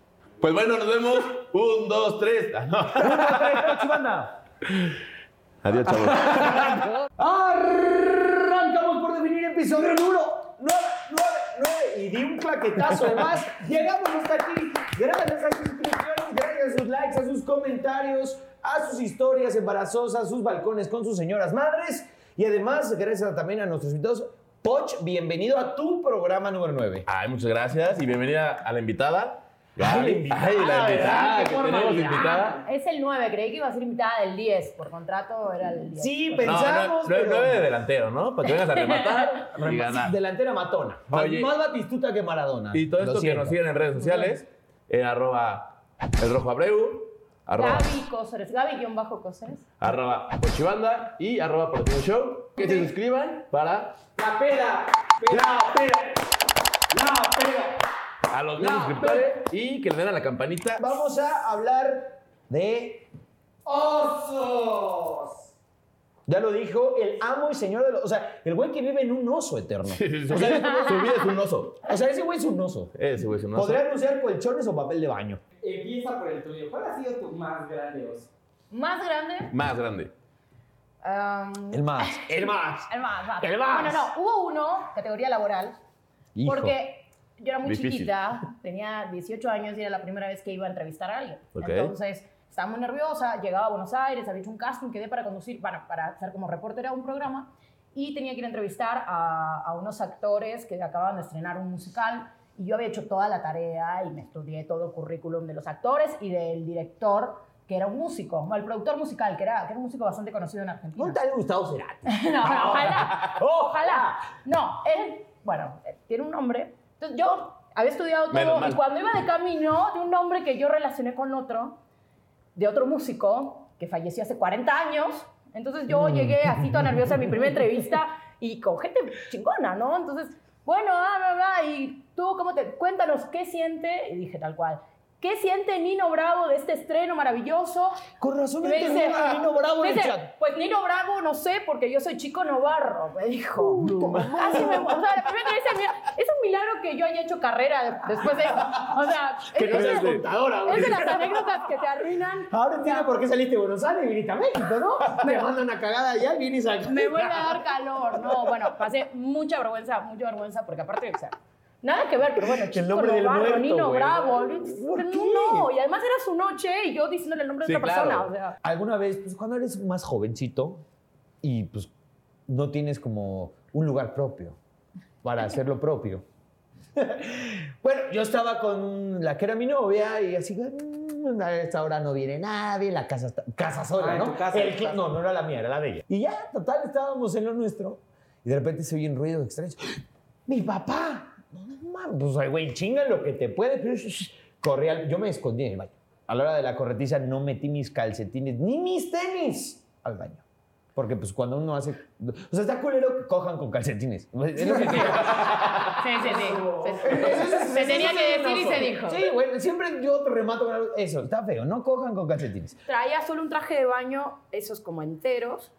Pues bueno, nos vemos. Un, dos, tres. Ah, no. Adiós, chavos. Arrancamos por definir episodio número 9, 9, 9 y di un claquetazo de más. Llegamos hasta aquí. Gracias a sus suscripciones, gracias a sus likes, a sus comentarios, a sus historias embarazosas, sus balcones con sus señoras madres. Y además, gracias también a nuestros invitados. Poch, bienvenido a tu programa número 9. Ay, muchas gracias y bienvenida a la invitada. Ay, la Gaby. invitada, Ay, la ¿verdad? invitada, Qué que tenemos formalidad. invitada. Ah, Es el 9, creí que iba a ser invitada del 10. Por contrato era el 10. Sí, No, pensamos, no, no, pero- nueve de delantero, ¿no? Para que vengas a rematar y ganar. Delantera matona. Oye. Más batistuta que Maradona. Y todo Lo esto que siento. nos siguen en redes sociales, en arroba el rojo abreu, arroba, Gaby Cosores. Gaby-Cosores. arroba pochibanda y arroba Portillo show. Que se suscriban para La peda, la peda, la peda. a los mil No, suscriptores y que le den a la campanita. Vamos a hablar de osos. Ya lo dijo el amo y señor de los... O sea, el güey que vive en un oso eterno. Su vida su vida es un oso. O sea, ese güey es un oso. Ese güey es un oso. Podría anunciar colchones o papel de baño. Empieza por el tuyo. ¿Cuál ha sido tu más grande oso? Más grande. Más grande. am, El más. El más. El más, más. El más. Bueno, no, hubo uno, categoría laboral, Hijo. porque yo era muy Difícil. chiquita, tenía 18 años y era la primera vez que iba a entrevistar a alguien. Ok. Entonces, estaba muy nerviosa, llegaba a Buenos Aires, había hecho un casting, quedé para conducir, para, para hacer como reportera un programa, y tenía que ir a entrevistar a, a unos actores que acababan de estrenar un musical, y yo había hecho toda la tarea y me estudié todo el currículum de los actores y del director, que era un músico, o el productor musical, que era, que era un músico bastante conocido en Argentina. ¿Dónde está Gustavo Cerati? No, ojalá. Oh. Ojalá. No, él, bueno, eh, tiene un nombre. Entonces yo había estudiado Menos todo mal. y cuando iba de camino de un nombre que yo relacioné con otro, de otro músico que falleció hace 40 años, entonces Mm. yo llegué así toda nerviosa a mi primera entrevista y con gente chingona, ¿no? Entonces, bueno, ah, bla, bla, y tú, ¿cómo te...? Cuéntanos, ¿qué siente? Y dije tal cual. ¿Qué siente Nino Bravo de este estreno maravilloso? Con razón Y me entendí dice, a Nino Bravo me en el dice, chat. Pues Nino Bravo, no sé, porque yo soy chico Novarro, me dijo. Uh, Así me, o sea, la primera entrevista mía, es un milagro que yo haya hecho carrera de- después de eso. O sea, Que no es, seas es de- contadora, güey. Ah, es de las anécdotas que te arruinan. Ahora entiendo por qué saliste de Buenos Aires y viniste a México, ¿no? Me mandan a cagada allá y vienes acá. Me vuelve a dar calor, no, bueno, pasé mucha vergüenza, mucha vergüenza, porque aparte, o sea, nada que ver, pero bueno, chico nombre del Novarro, muerto, Nino güey. Bravo, no, qué? y además era su noche y yo diciéndole el nombre de otra persona, o sea. Alguna vez, pues cuando eres más jovencito y pues no tienes como un lugar propio para hacerlo propio. bueno, yo estaba con la que era mi novia y así, "Mm, a esta hora no viene nadie, la casa está, casa sola, Ah, en ¿no? tu casa, en El tu cl- casa. No, no era la mía, era la de ella. Y ya, total, estábamos en lo nuestro y de repente se oyen ruidos extraños. ¡Mi papá! No, no mames, pues ay, güey, chinga lo que te puede. Pero sh- sh- corrí al- yo me escondí en el baño. A la hora de la corretiza no metí mis calcetines ni mis tenis al baño. Porque pues cuando uno hace... O sea, está culero que cojan con calcetines. Es lo que quiero. sí, sí, sí. Se, se tenía que decir y se dijo. Sí, güey, siempre yo te remato con algo. Eso, está feo, no cojan con calcetines. Traía solo un traje de baño, esos como enteros.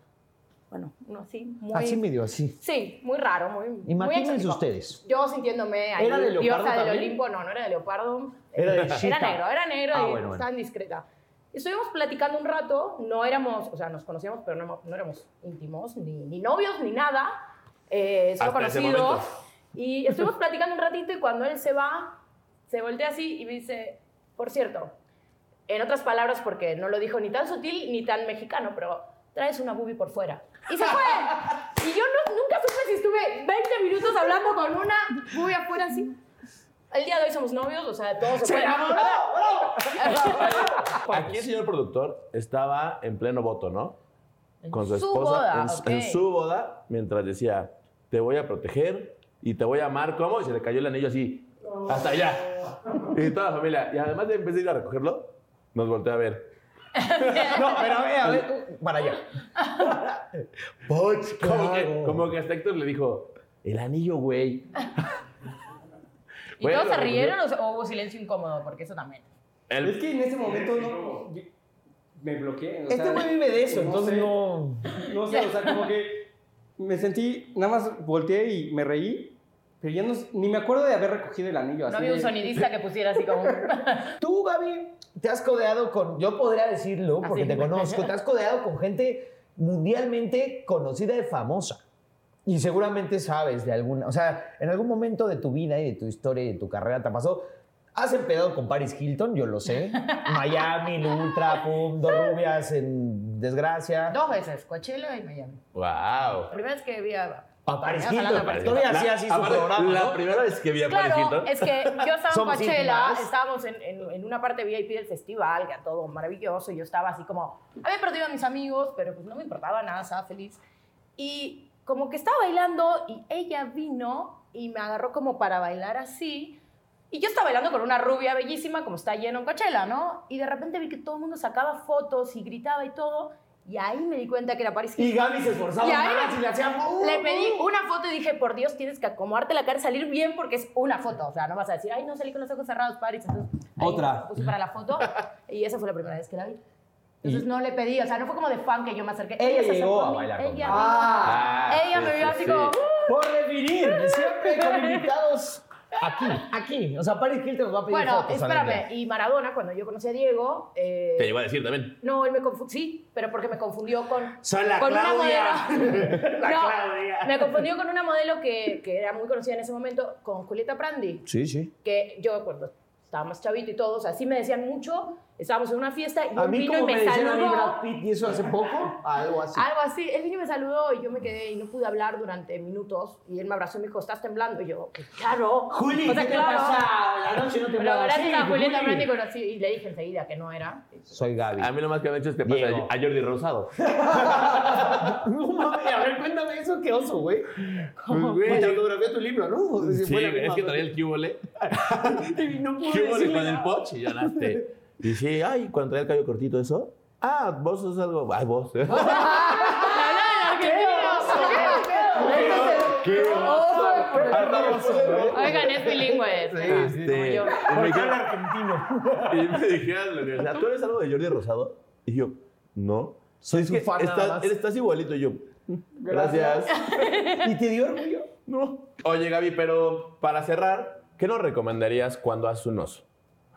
Bueno, uno así, muy... Así medio así. Sí, muy raro, muy muy Imagínense exótico. ustedes. Yo sintiéndome ahí, ¿Era de leopardo diosa del también? Olimpo. No, no era de leopardo. Era de Era chita. negro, era negro Ah, y bueno, bueno. tan discreta. Estuvimos platicando un rato, no éramos, o sea, nos conocíamos, pero no, emo- no éramos íntimos, ni, ni novios, ni nada. Eh, solo Hasta ese conocidos. momento. Y estuvimos platicando un ratito y cuando él se va, se voltea así y me dice, por cierto, en otras palabras, porque no lo dijo ni tan sutil ni tan mexicano, pero traes una boobie por fuera. Y se fue. Y yo no- nunca supe si estuve 20 minutos hablando con una boobie afuera así. El día de hoy somos novios, o sea, todos ¡Se puede- enamoró! Aquí el señor productor estaba en pleno voto, ¿no? Con su su esposa boda, en, su- ok. en su boda, mientras decía, te voy a proteger y te voy a amar como, y se le cayó el anillo así, hasta allá. Y toda la familia. Y además de empezar a ir a recogerlo, nos volteó a ver. No, pero a ver, a ver, uh, para allá. como, que, como que hasta Héctor le dijo, el anillo, güey. ¿Y Bueno, todos se recogió. rieron o, se- o hubo silencio incómodo? Porque eso también. El- Es que en ese momento no. yo- Me bloqueé. o Este sea, güey vive de eso, entonces sé. no. No sé, o sea, como que me sentí, nada más volteé y me reí, pero ya no, ni me acuerdo de haber recogido el anillo. No había un sonidista que pusiera así como... un- Tú, Gaby, te has codeado con, yo podría decirlo porque Así. te conozco, te has codeado con gente mundialmente conocida y famosa. Y seguramente sabes de alguna, o sea, en algún momento de tu vida y de tu historia y de tu carrera te pasó. Has empezado con Paris Hilton, yo lo sé. Miami, Ultra, Pum, dos rubias en desgracia. Dos veces, Coachella y Miami. ¡Wow! La primera vez que vi a... A Paris Estamos hablando Hilton. de Paris Todavía La- hacía así su aparte, programa. La ¿no? primera vez que vi a Paris Claro, Hilton. es que yo estaba en Somos Coachella, íntimas. estábamos en, en- en una parte VIP del festival, que era todo maravilloso, y yo estaba así como, había perdido a mis amigos, pero pues no me importaba nada, estaba feliz. Y como que estaba bailando y ella vino y me agarró como para bailar así. Y yo estaba bailando con una rubia bellísima, como está lleno en Coachella, ¿no? Y de repente vi que todo el mundo sacaba fotos y gritaba y todo. Y ahí me di cuenta que era Paris Y Hilton. Gaby se esforzaba Y ahí más me- y le hacía. uh, le pedí una foto y dije, por Dios, tienes que acomodarte la cara y salir bien porque es una foto. O sea, no vas a decir, ay, no salí con los ojos cerrados, Paris. Entonces, ahí Otra. me puse para la foto y esa fue la primera vez que la vi. Entonces no le pedí, o sea, no fue como de fan que yo me acerqué. Ella se llegó acercó a mí, bailar Ella, contigo. vino. Ah, ella sí, me vio sí, así sí. como, "Uh". Por definir, siempre con invitados aquí, aquí. O sea, Paris Hilton nos va a pedir Bueno, fotos. espérame. amiga. Y Maradona, cuando yo conocí a Diego, eh, Te iba a decir también. no, él me confundió, sí, pero porque me confundió con, Son la con Claudia. una modelo. La No, Claudia. Me confundió con una modelo que, que era muy conocida en ese momento, con Julieta Prandi. Sí, sí. que yo cuando estaba más chavito y todo, o sea, sí me decían mucho, estábamos en una fiesta y A él mí vino y como me, me dijeron a mí saludó. Ah, Brad Pitt y eso hace poco, algo así. Algo así, él vino y me saludó y yo me quedé y no pude hablar durante minutos y él me abrazó y me dijo, estás temblando y yo, "Pues claro. Juli, O sea, ¿qué te claro. pasa? La noche no te Pero hablaba gracias así, a Julieta Juli. Ah, Brandi conocí y le dije enseguida que no era. Soy Gaby. A mí lo más que me han hecho es que pasa a Jordi Rosado. No mames, a ver, cuéntame eso, qué oso, güey. ¿Cómo? Güey, te autografió tu libro, ¿no? O sea, si Sí, fue la es misma que vez. traía el cubole. Y no pude Cubole decirle con el nada. poche y ganaste. Y sí, ay, cuando traía el cabello cortito, eso. Ah, vos sos algo. Ay, vos. Qué Ah, oso. pues, Oigan, es bilingüe. espera. Este, yo. y me dijeron- argentino. Y me dijeron en la universidad, ¿tú eres algo de Jordi Rosado? Y yo, no. Soy su fan nada Estás, más. eres- estás igualito. Y yo, gracias. ¿Y te dio orgullo? No. Oye, Gaby, pero para cerrar, ¿qué nos recomendarías cuando haces un oso?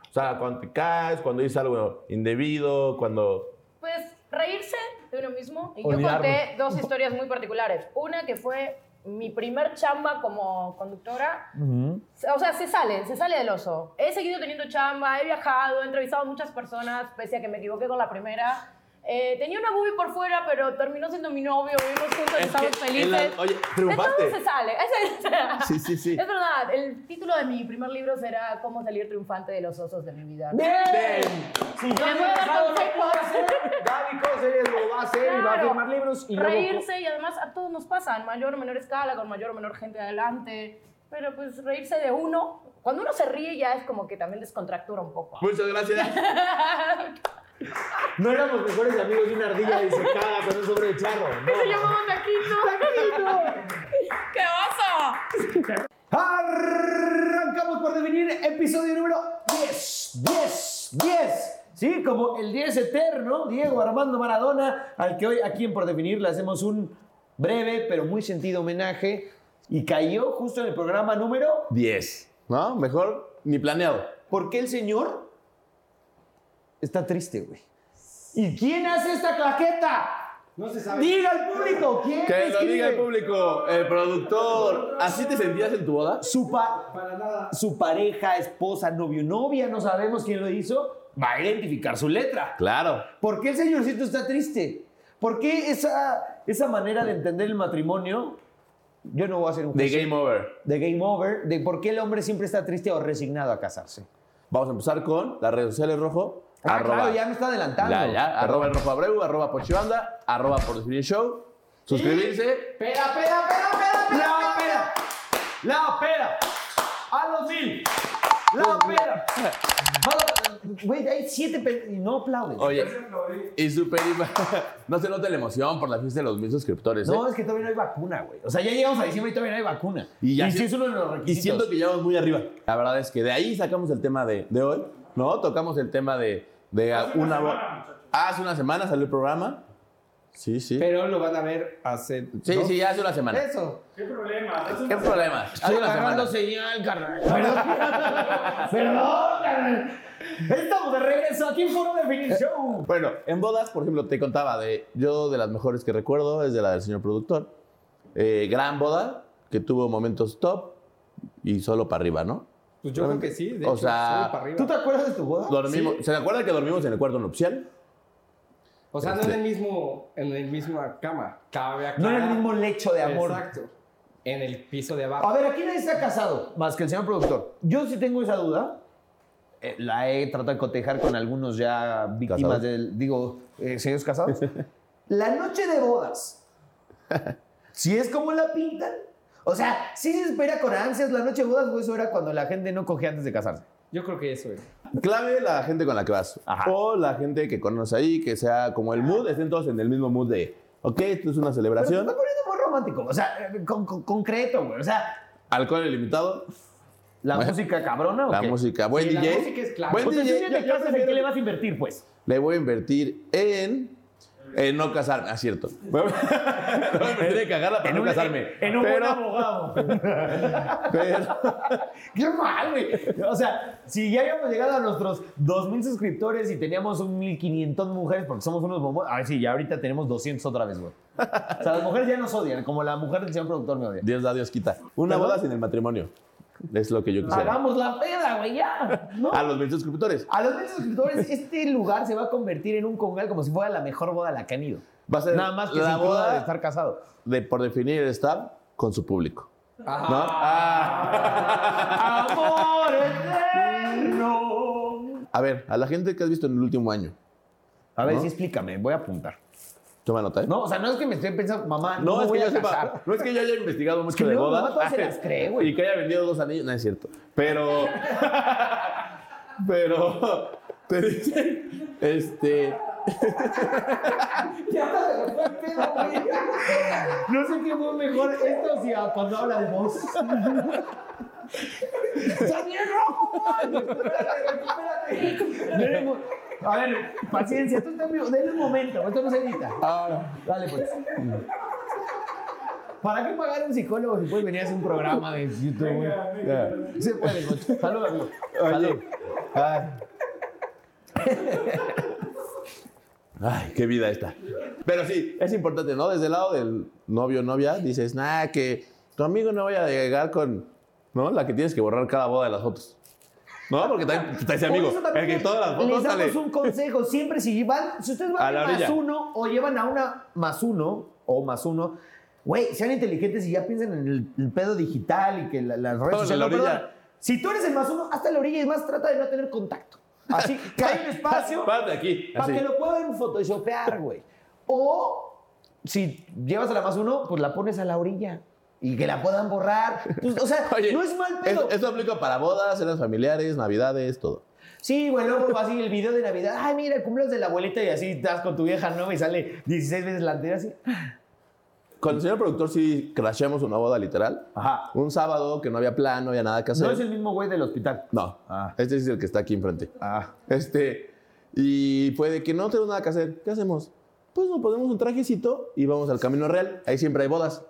O sea, cuando te caes, cuando dices algo indebido, cuando... Pues reírse de uno mismo. Y yo Olvidarme. conté dos historias muy particulares. Una que fue mi primer chamba como conductora O sea, se sale, se sale del oso. He seguido teniendo chamba, he viajado, he entrevistado a muchas personas, pese a que me equivoqué con la primera. Eh, tenía una boobie por fuera, pero terminó siendo mi novio, vivimos juntos, Es estamos que en la- felices. oye, De triunfaste. todo se sale. Es, Sí, sí, sí. Es verdad, el título de mi primer libro será Cómo salir triunfante de los osos de mi vida. ¡Bien! Si yo Me no voy a dar lo puedo consejos. hacer, Gaby Coser lo va a hacer y va a Claro. firmar libros y luego... reírse y además a todos nos pasa, en mayor o menor escala, con mayor o menor gente adelante. Pero pues reírse de uno, cuando uno se ríe ya es como que también descontractura un poco. Muchas gracias. No éramos mejores amigos de una ardilla disecada con un sobre de charro. ¡Me llamaba Taquito! ¡Qué oso! ¡Ay! Arrancamos por definir episodio número 10, 10, 10. Sí, como el 10 eterno, Diego Armando Maradona, al que hoy aquí en Por Definir le hacemos un breve pero muy sentido homenaje y cayó justo en el programa número 10. ¿No? Mejor ni planeado. ¿Por qué el señor está triste, güey? ¿Y quién hace esta claqueta? No se Diga al público, ¿quién Que lo escribe? diga el público, el productor. ¿Así te sentías en tu boda? Su, pa- su pareja, esposa, novio, novia, no sabemos quién lo hizo, va a identificar su letra. Claro. ¿Por qué el señorcito está triste? ¿Por qué esa, esa manera de entender el matrimonio? Yo no voy a hacer un De juicio. Game Over. De game over, de por qué el hombre siempre está triste o resignado a casarse. Vamos a empezar con las redes sociales rojo. Ah, arroba. claro, ya me está adelantando. Ya, ya. Arroba el rojo abreu, arroba pochibanda, arroba por definir show. Suscribirse. Pera, pera, pera, pera, pera. La pera. La pera. A los mil. Pues La pera. A lo- Güey, hay siete pe- y no aplauden. Oye. Y super. No se nota la emoción por la fiesta de los mil suscriptores. ¿eh? No, es que todavía no hay vacuna, güey. O sea, ya llegamos a diciembre y todavía no hay vacuna. Y ya si sí- es uno de los Y requisitos. siento que llevamos muy arriba. La verdad es que de ahí sacamos el tema de, de hoy, ¿no? Tocamos el tema de, de Hace una una. Ah, semana, hace una semana salió el programa. Sí, sí. Pero lo van a ver hace. Sí, ¿no? sí, ya hace una semana. Eso. ¿Qué problema? ¿Qué problema? Hace una semana. señal, carnal. Perdón. Perdón, carnal. Estamos de regreso aquí en Foro Definir Show. Bueno, en bodas, por ejemplo, te contaba de. Yo de las mejores que recuerdo es de la del señor productor. Eh, gran boda, que tuvo momentos top y solo para arriba, ¿no? Pues yo creo que sí. De O hecho, sea, sube para arriba. ¿Tú te acuerdas de tu boda? Dormimos, Sí. ¿Se acuerdan que dormimos en el cuarto nupcial? O sea, no en Este- el mismo, en el misma cama. Cabe aclarar. No era el mismo lecho de amor. Ah, Exacto. En el piso de abajo. A ver, aquí nadie se ha casado, más que el señor productor. Yo sí tengo esa duda. Eh, la he tratado de cotejar con algunos ya víctimas Casados. del. Digo, eh, señores casados. la noche de bodas. Si es como la pintan. O sea, sí se espera con ansias. La noche de bodas, güey, eso era cuando la gente no cogía antes de casarse. Yo creo que eso es. Clave la gente con la que vas. O la gente que conoce ahí, que sea como el mood, estén todos en el mismo mood de, ok, esto es una Pero se celebración, está poniendo muy romántico. O sea, eh, con- con- concreto, güey. O sea, alcohol ilimitado, la Bueno, música cabrona. ¿o la qué? música, buen Sí, la DJ. música es clave. Buen O sea, si DJ, un día yo- te yo casas, ¿en prefiero- qué le vas a invertir, pues? Le voy a invertir en... En no casarme, ah, cierto. Voy a invertir en cagarla para no casarme. En un buen pero, abogado. pero- ¡Qué mal, güey! O sea, si ya habíamos llegado a nuestros 2.000 suscriptores y teníamos un 1.500 mujeres, porque somos unos bombos. A ver, sí, ya ahorita tenemos 200 otra vez, güey. O sea, las mujeres ya nos odian, como la mujer del señor productor me odia. Dios da, Dios quita. Una ¿Perdón? boda sin el matrimonio. Es lo que yo quisiera. Hagamos la peda, güey, ya. ¿no? A los mil suscriptores. A los 1.000 suscriptores, este lugar se va a convertir en un congal como si fuera la mejor boda a la que han ido. Va a ser Nada más que la sin cruda boda de estar casado. de, por definir, estar con su público. Ah. ¿No? Ah. ¡Amor eterno! A ver, a la gente que has visto en el último año. A ver, ¿No? sí, explícame, voy a apuntar. Toma nota, ¿eh? No, o sea, no es que me esté pensando, mamá, no, No, me es voy que yo a sepa- casar. no es que yo haya investigado mucho que de luego bodas. nomás todas se las cree, güey. Y que haya vendido dos anillos. No es cierto. Pero. pero. Te dicen. Este. No sé qué fue mejor esto o si a cuando habla de vos. ¡Daniel Rojo! Denle mo- A ver, paciencia, esto está en vivo. Denle un momento, esto no se edita. Ahora. Dale, pues. ¿Para qué pagar a un psicólogo si puedes venir a hacer un programa de YouTube? güey? Sí Se puede, Gocho. Salud, amigo. Salud. Ay. Ay, qué vida esta. Pero sí, es importante, ¿no? Desde el lado del novio o novia, dices, nah, que tu amigo no vaya a llegar con, ¿no? La que tienes que borrar cada boda de las fotos. ¿No? Porque también está ese Por amigo. eso también El que les- todas las Les fotos damos sale. un consejo. Siempre si van, si ustedes van A a la más orilla. uno o llevan a una más uno o más uno, güey, sean inteligentes y ya piensen en el, el pedo digital y que la- las redes Todo en sociales. la no orilla. perdonan. Si tú eres el más uno, hasta la orilla y más trata de no tener contacto. Así que hay un espacio Párate aquí. para así. que lo puedan photoshopear, güey. O si llevas a la más uno, pues la pones a la orilla y que la puedan borrar. Pues, o sea, Oye, no es mal pedo. Esto, esto aplica para bodas, cenas familiares, navidades, todo. Sí, güey, luego así el video de Navidad. Ay, mira, el cumpleaños de la abuelita y así estás con tu vieja, ¿no? Y sale 16 veces la anterior así. Con el señor productor sí crasheamos una boda literal. Ajá. Un sábado que no había plan, no había nada que hacer. No es el mismo güey del hospital. No. Ah. Este es el que está aquí enfrente. Este. Y fue de que no tenemos nada que hacer. ¿Qué hacemos? Pues nos ponemos un trajecito y vamos al Camino Real. Ahí siempre hay bodas.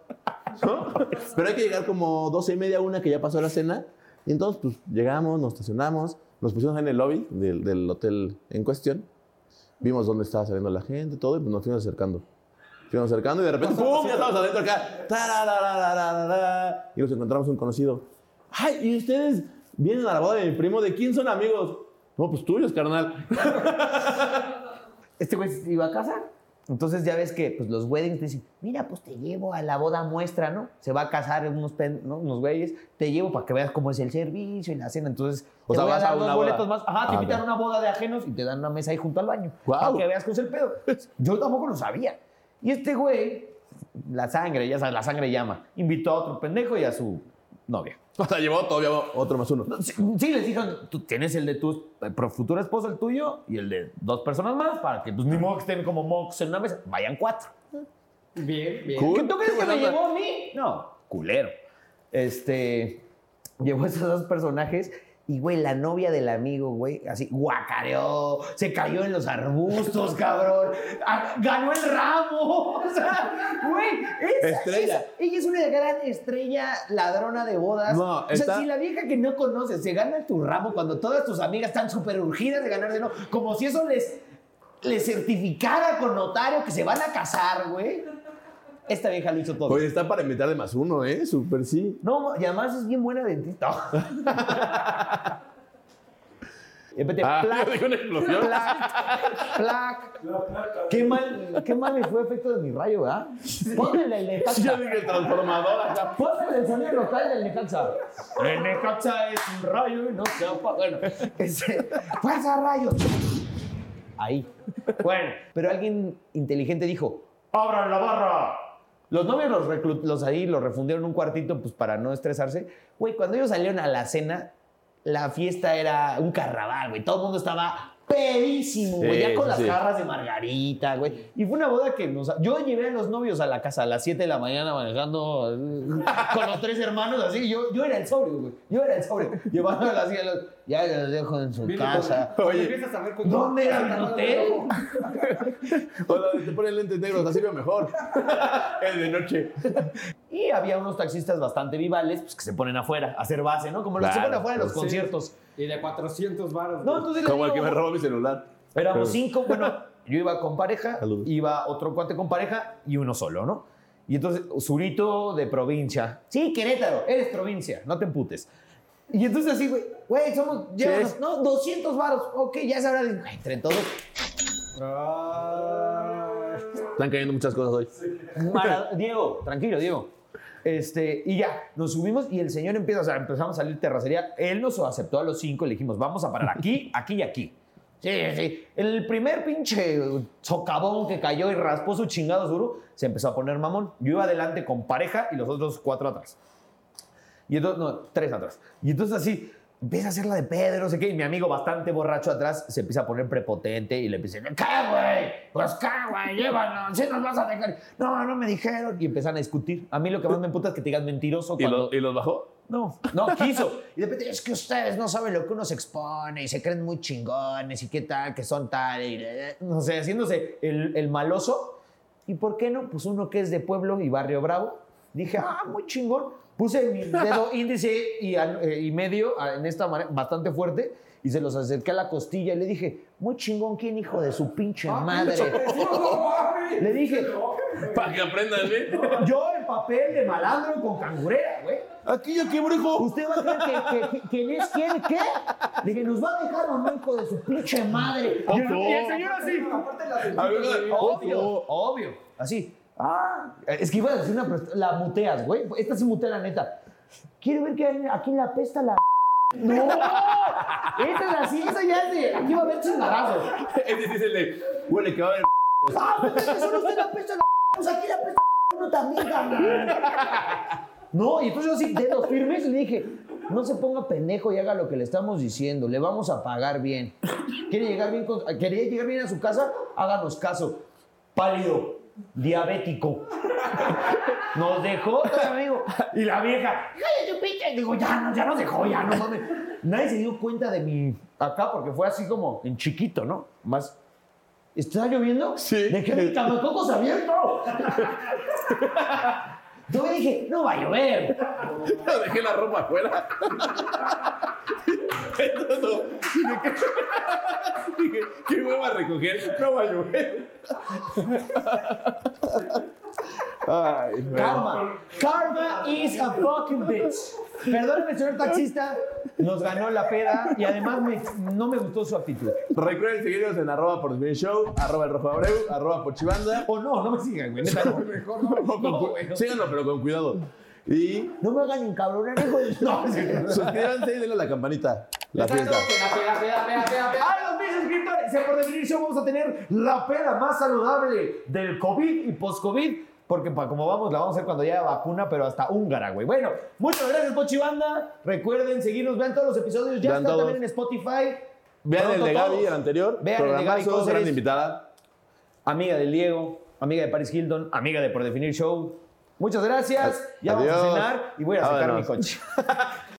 ¿no? Pero hay que llegar como 12 y media, una que ya pasó la cena. Y entonces, pues llegamos, nos estacionamos, nos pusimos en el lobby del, del hotel en cuestión. Vimos dónde estaba saliendo la gente, todo, y pues nos fuimos acercando. Fuimos acercando y de repente, ¡pum! Ya estamos adentro acá. Tarararararara. Y nos encontramos un conocido. ¡Ay! ¿Y ustedes vienen a la boda de mi primo? ¿De quién son amigos? No, pues tuyos, carnal. Este güey se iba a casa. Entonces ya ves que pues, los weddings te dicen, mira, pues te llevo a la boda muestra, ¿no? Se va a casar unos, pen- ¿no? unos güeyes, te llevo para que veas cómo es el servicio y la cena. Entonces, O te sea, voy a vas dar a dos una boletos boda. más. Ajá, te Ah, invitan a ok. una boda de ajenos y te dan una mesa ahí junto al baño. Guau. Para que veas cómo es el pedo. Yo tampoco lo sabía. Y este güey, la sangre, ya sabes, la sangre llama. Invitó a otro pendejo y a su novia. O sea, llevó todavía otro más uno. Sí, sí, les dijeron, tú tienes el de tu eh, pro- futura esposa, el tuyo, y el de dos personas más, para que pues ni modo que estén como mocos en una mesa. Vayan cuatro. Bien, bien. ¿Qué tú crees que me llevó a mí? mí? No, culero. Este, llevó a esos dos personajes y, güey, la novia del amigo, güey, así, guacareó, se cayó en los arbustos, cabrón, ah, ganó el ramo, o sea, güey, esa- Estrella. esa- ella es una gran estrella ladrona de bodas. No, o sea, está- si la vieja que no conoces se gana tu ramo cuando todas tus amigas están súper urgidas de ganárselo, como si eso les, les certificara con notario que se van a casar, güey. Esta vieja lo hizo todo. Oye, está para invitar de más uno, ¿eh? Súper sí. No, y además es bien buena dentista. Espérate, Ah, plac, yo dije una explosión. plac, plac. Qué mal, qué mal me fue efecto de mi rayo, ¿verdad? Pónganle el Necaxa. Sí, yo dije el transformador acá. Pónganle el sonido local del Necaxa. El Necaxa es un rayo y no se apaga. Bueno, ese, ¡Fuerza, rayos! Ahí. Bueno, pero alguien inteligente dijo, ¡abran la barra! Los novios los, reclu- los ahí los refundieron en un cuartito pues para no estresarse. Güey, cuando ellos salieron a la cena, la fiesta era un carnaval, güey. Todo el mundo estaba pedísimo, güey. Sí, ya con sí, las sí. jarras de margarita, güey. Y fue una boda que nos... Yo llevé a los novios a la casa a las 7 de la mañana manejando eh, con los tres hermanos así. Yo, yo era el sobrio, güey. Yo era el sobrio. Llevándolos así a los... Ya los dejo en su casa. empiezas a ver con ¿Dónde era mi hotel? O la de te ponen lentes negros, así veo mejor. es de noche. Y había unos taxistas bastante vivales pues, que se ponen afuera a hacer base, ¿no? Como los que se Claro, ponen afuera en los sí. conciertos. Y de 400 varos. No, entonces les Como el que digo, me robó mi celular. Éramos Pero- cinco, bueno, yo iba con pareja, Saludos. iba otro cuate con pareja y uno solo, ¿no? Y entonces, Zurito de provincia. Sí, Querétaro, eres provincia, no te emputes. Y entonces así, güey, güey, somos, llévanos, no, 200 varos, ok, ya se habrá de... Ay, entre todos, Están cayendo muchas cosas hoy. Mara- Diego, tranquilo, Diego. Este, y ya, nos subimos y el señor empieza, o sea, empezamos a salir terracería. Él nos aceptó a los cinco y le dijimos, vamos a parar aquí, aquí y aquí. Sí, sí. El primer pinche socavón que cayó y raspó su chingado duro, se empezó a poner mamón. Yo iba adelante con pareja y los otros cuatro atrás. Y entonces, no, tres atrás. Y entonces así, empieza a hacer la de Pedro, no sé qué. Y mi amigo bastante borracho atrás se empieza a poner prepotente y le empieza a decir, ¿qué, güey? Pues qué, güey, llévanos, si nos vas a dejar. No, no me dijeron. Y empiezan a discutir. A mí lo que más me emputa es que te digas mentiroso ¿Y, cuando... lo- y los bajó? No, no, quiso. Y de repente, es que ustedes no saben lo que uno se expone y se creen muy chingones y qué tal, que son tal. Y, eh, no sé, haciéndose el, el maloso. ¿Y por qué no? Pues uno que es de pueblo y barrio bravo. Dije, ah, muy chingón. Puse mi dedo índice y, al- eh, y medio a- en esta manera bastante fuerte y se los acerqué a la costilla y le dije, muy chingón, ¿quién hijo de su pinche madre? Le dije, Para que aprendan, ¿eh? yo en papel de malandro con cangurera, güey. Aquí ya quebrejo. ¿Usted va a creer que, que, que- quién es quién? ¿Qué? Le dije, ¿nos va a dejar o no, hijo de su pinche madre? Y el, y el señor así. Obvio, obvio. Así. Ah, es que iba a decir una. prost- La muteas, güey. Esta sí mutea, la neta. Quiero ver que aquí la pesta la. ¡No! Esta es así, esa ya es de. Aquí va a haber chingadazos. Es difícil de. Huele que va a haber. ¡Ah, pues es que solo usted la pesta la. Pues aquí la pesta la. Uno también, carnal. No, y entonces yo así, dedos firmes, le dije, no se ponga pendejo y haga lo que le estamos diciendo, le vamos a pagar bien. ¿Quiere llegar bien con- quería llegar bien a su casa? Háganos caso. Pálido. diabético. Nos dejó, todavía me digo, Y la vieja, "Cállate, tu pinche". Y digo, ya, no, ya nos dejó, ya, no mames. Nadie se dio cuenta de mi acá porque fue así como en chiquito, ¿no? Más. ¿Está lloviendo? Sí. Dejé mis camacocos abiertos. Yo dije, no va a llover. Dejé la ropa afuera. Todo. Dije, ¿qué- dije, ¿qué hueva a recoger? No va a llover. Ay, Karma. Karma is a fucking bitch. Perdóneme, señor taxista, nos ganó la peda y además me- no me gustó su actitud. Recuerden seguirnos en arroba por Definir show, arroba el rojo abreu, arroba pochibanda. O no, no me sigan, güey. neta, no. Mejor no. con cu- Síganlo, pero con cuidado. Y No me hagan encabronar, hijo de... No, sí. suscríbanse y denle a la campanita. La Exacto. fiesta. ¡Ay, los mil suscriptores! Ya por definición vamos a tener la peda más saludable del COVID y post-COVID. Porque pa- como vamos, la vamos a hacer cuando haya vacuna, pero hasta húngara, güey. Bueno, muchas gracias, Pochibanda. Recuerden seguirnos, vean todos los episodios. Ya Vean están todos. también en Spotify. Vean el Pronto de Gaby, todos. el anterior. Vean el de Gaby Programazo, Cóceres. gran invitada. Amiga de Diego, amiga de Paris Hilton, amiga de Por Definir Show. Muchas gracias. Ya vamos a Adiós. cenar y voy a sacar Vámonos. mi coche.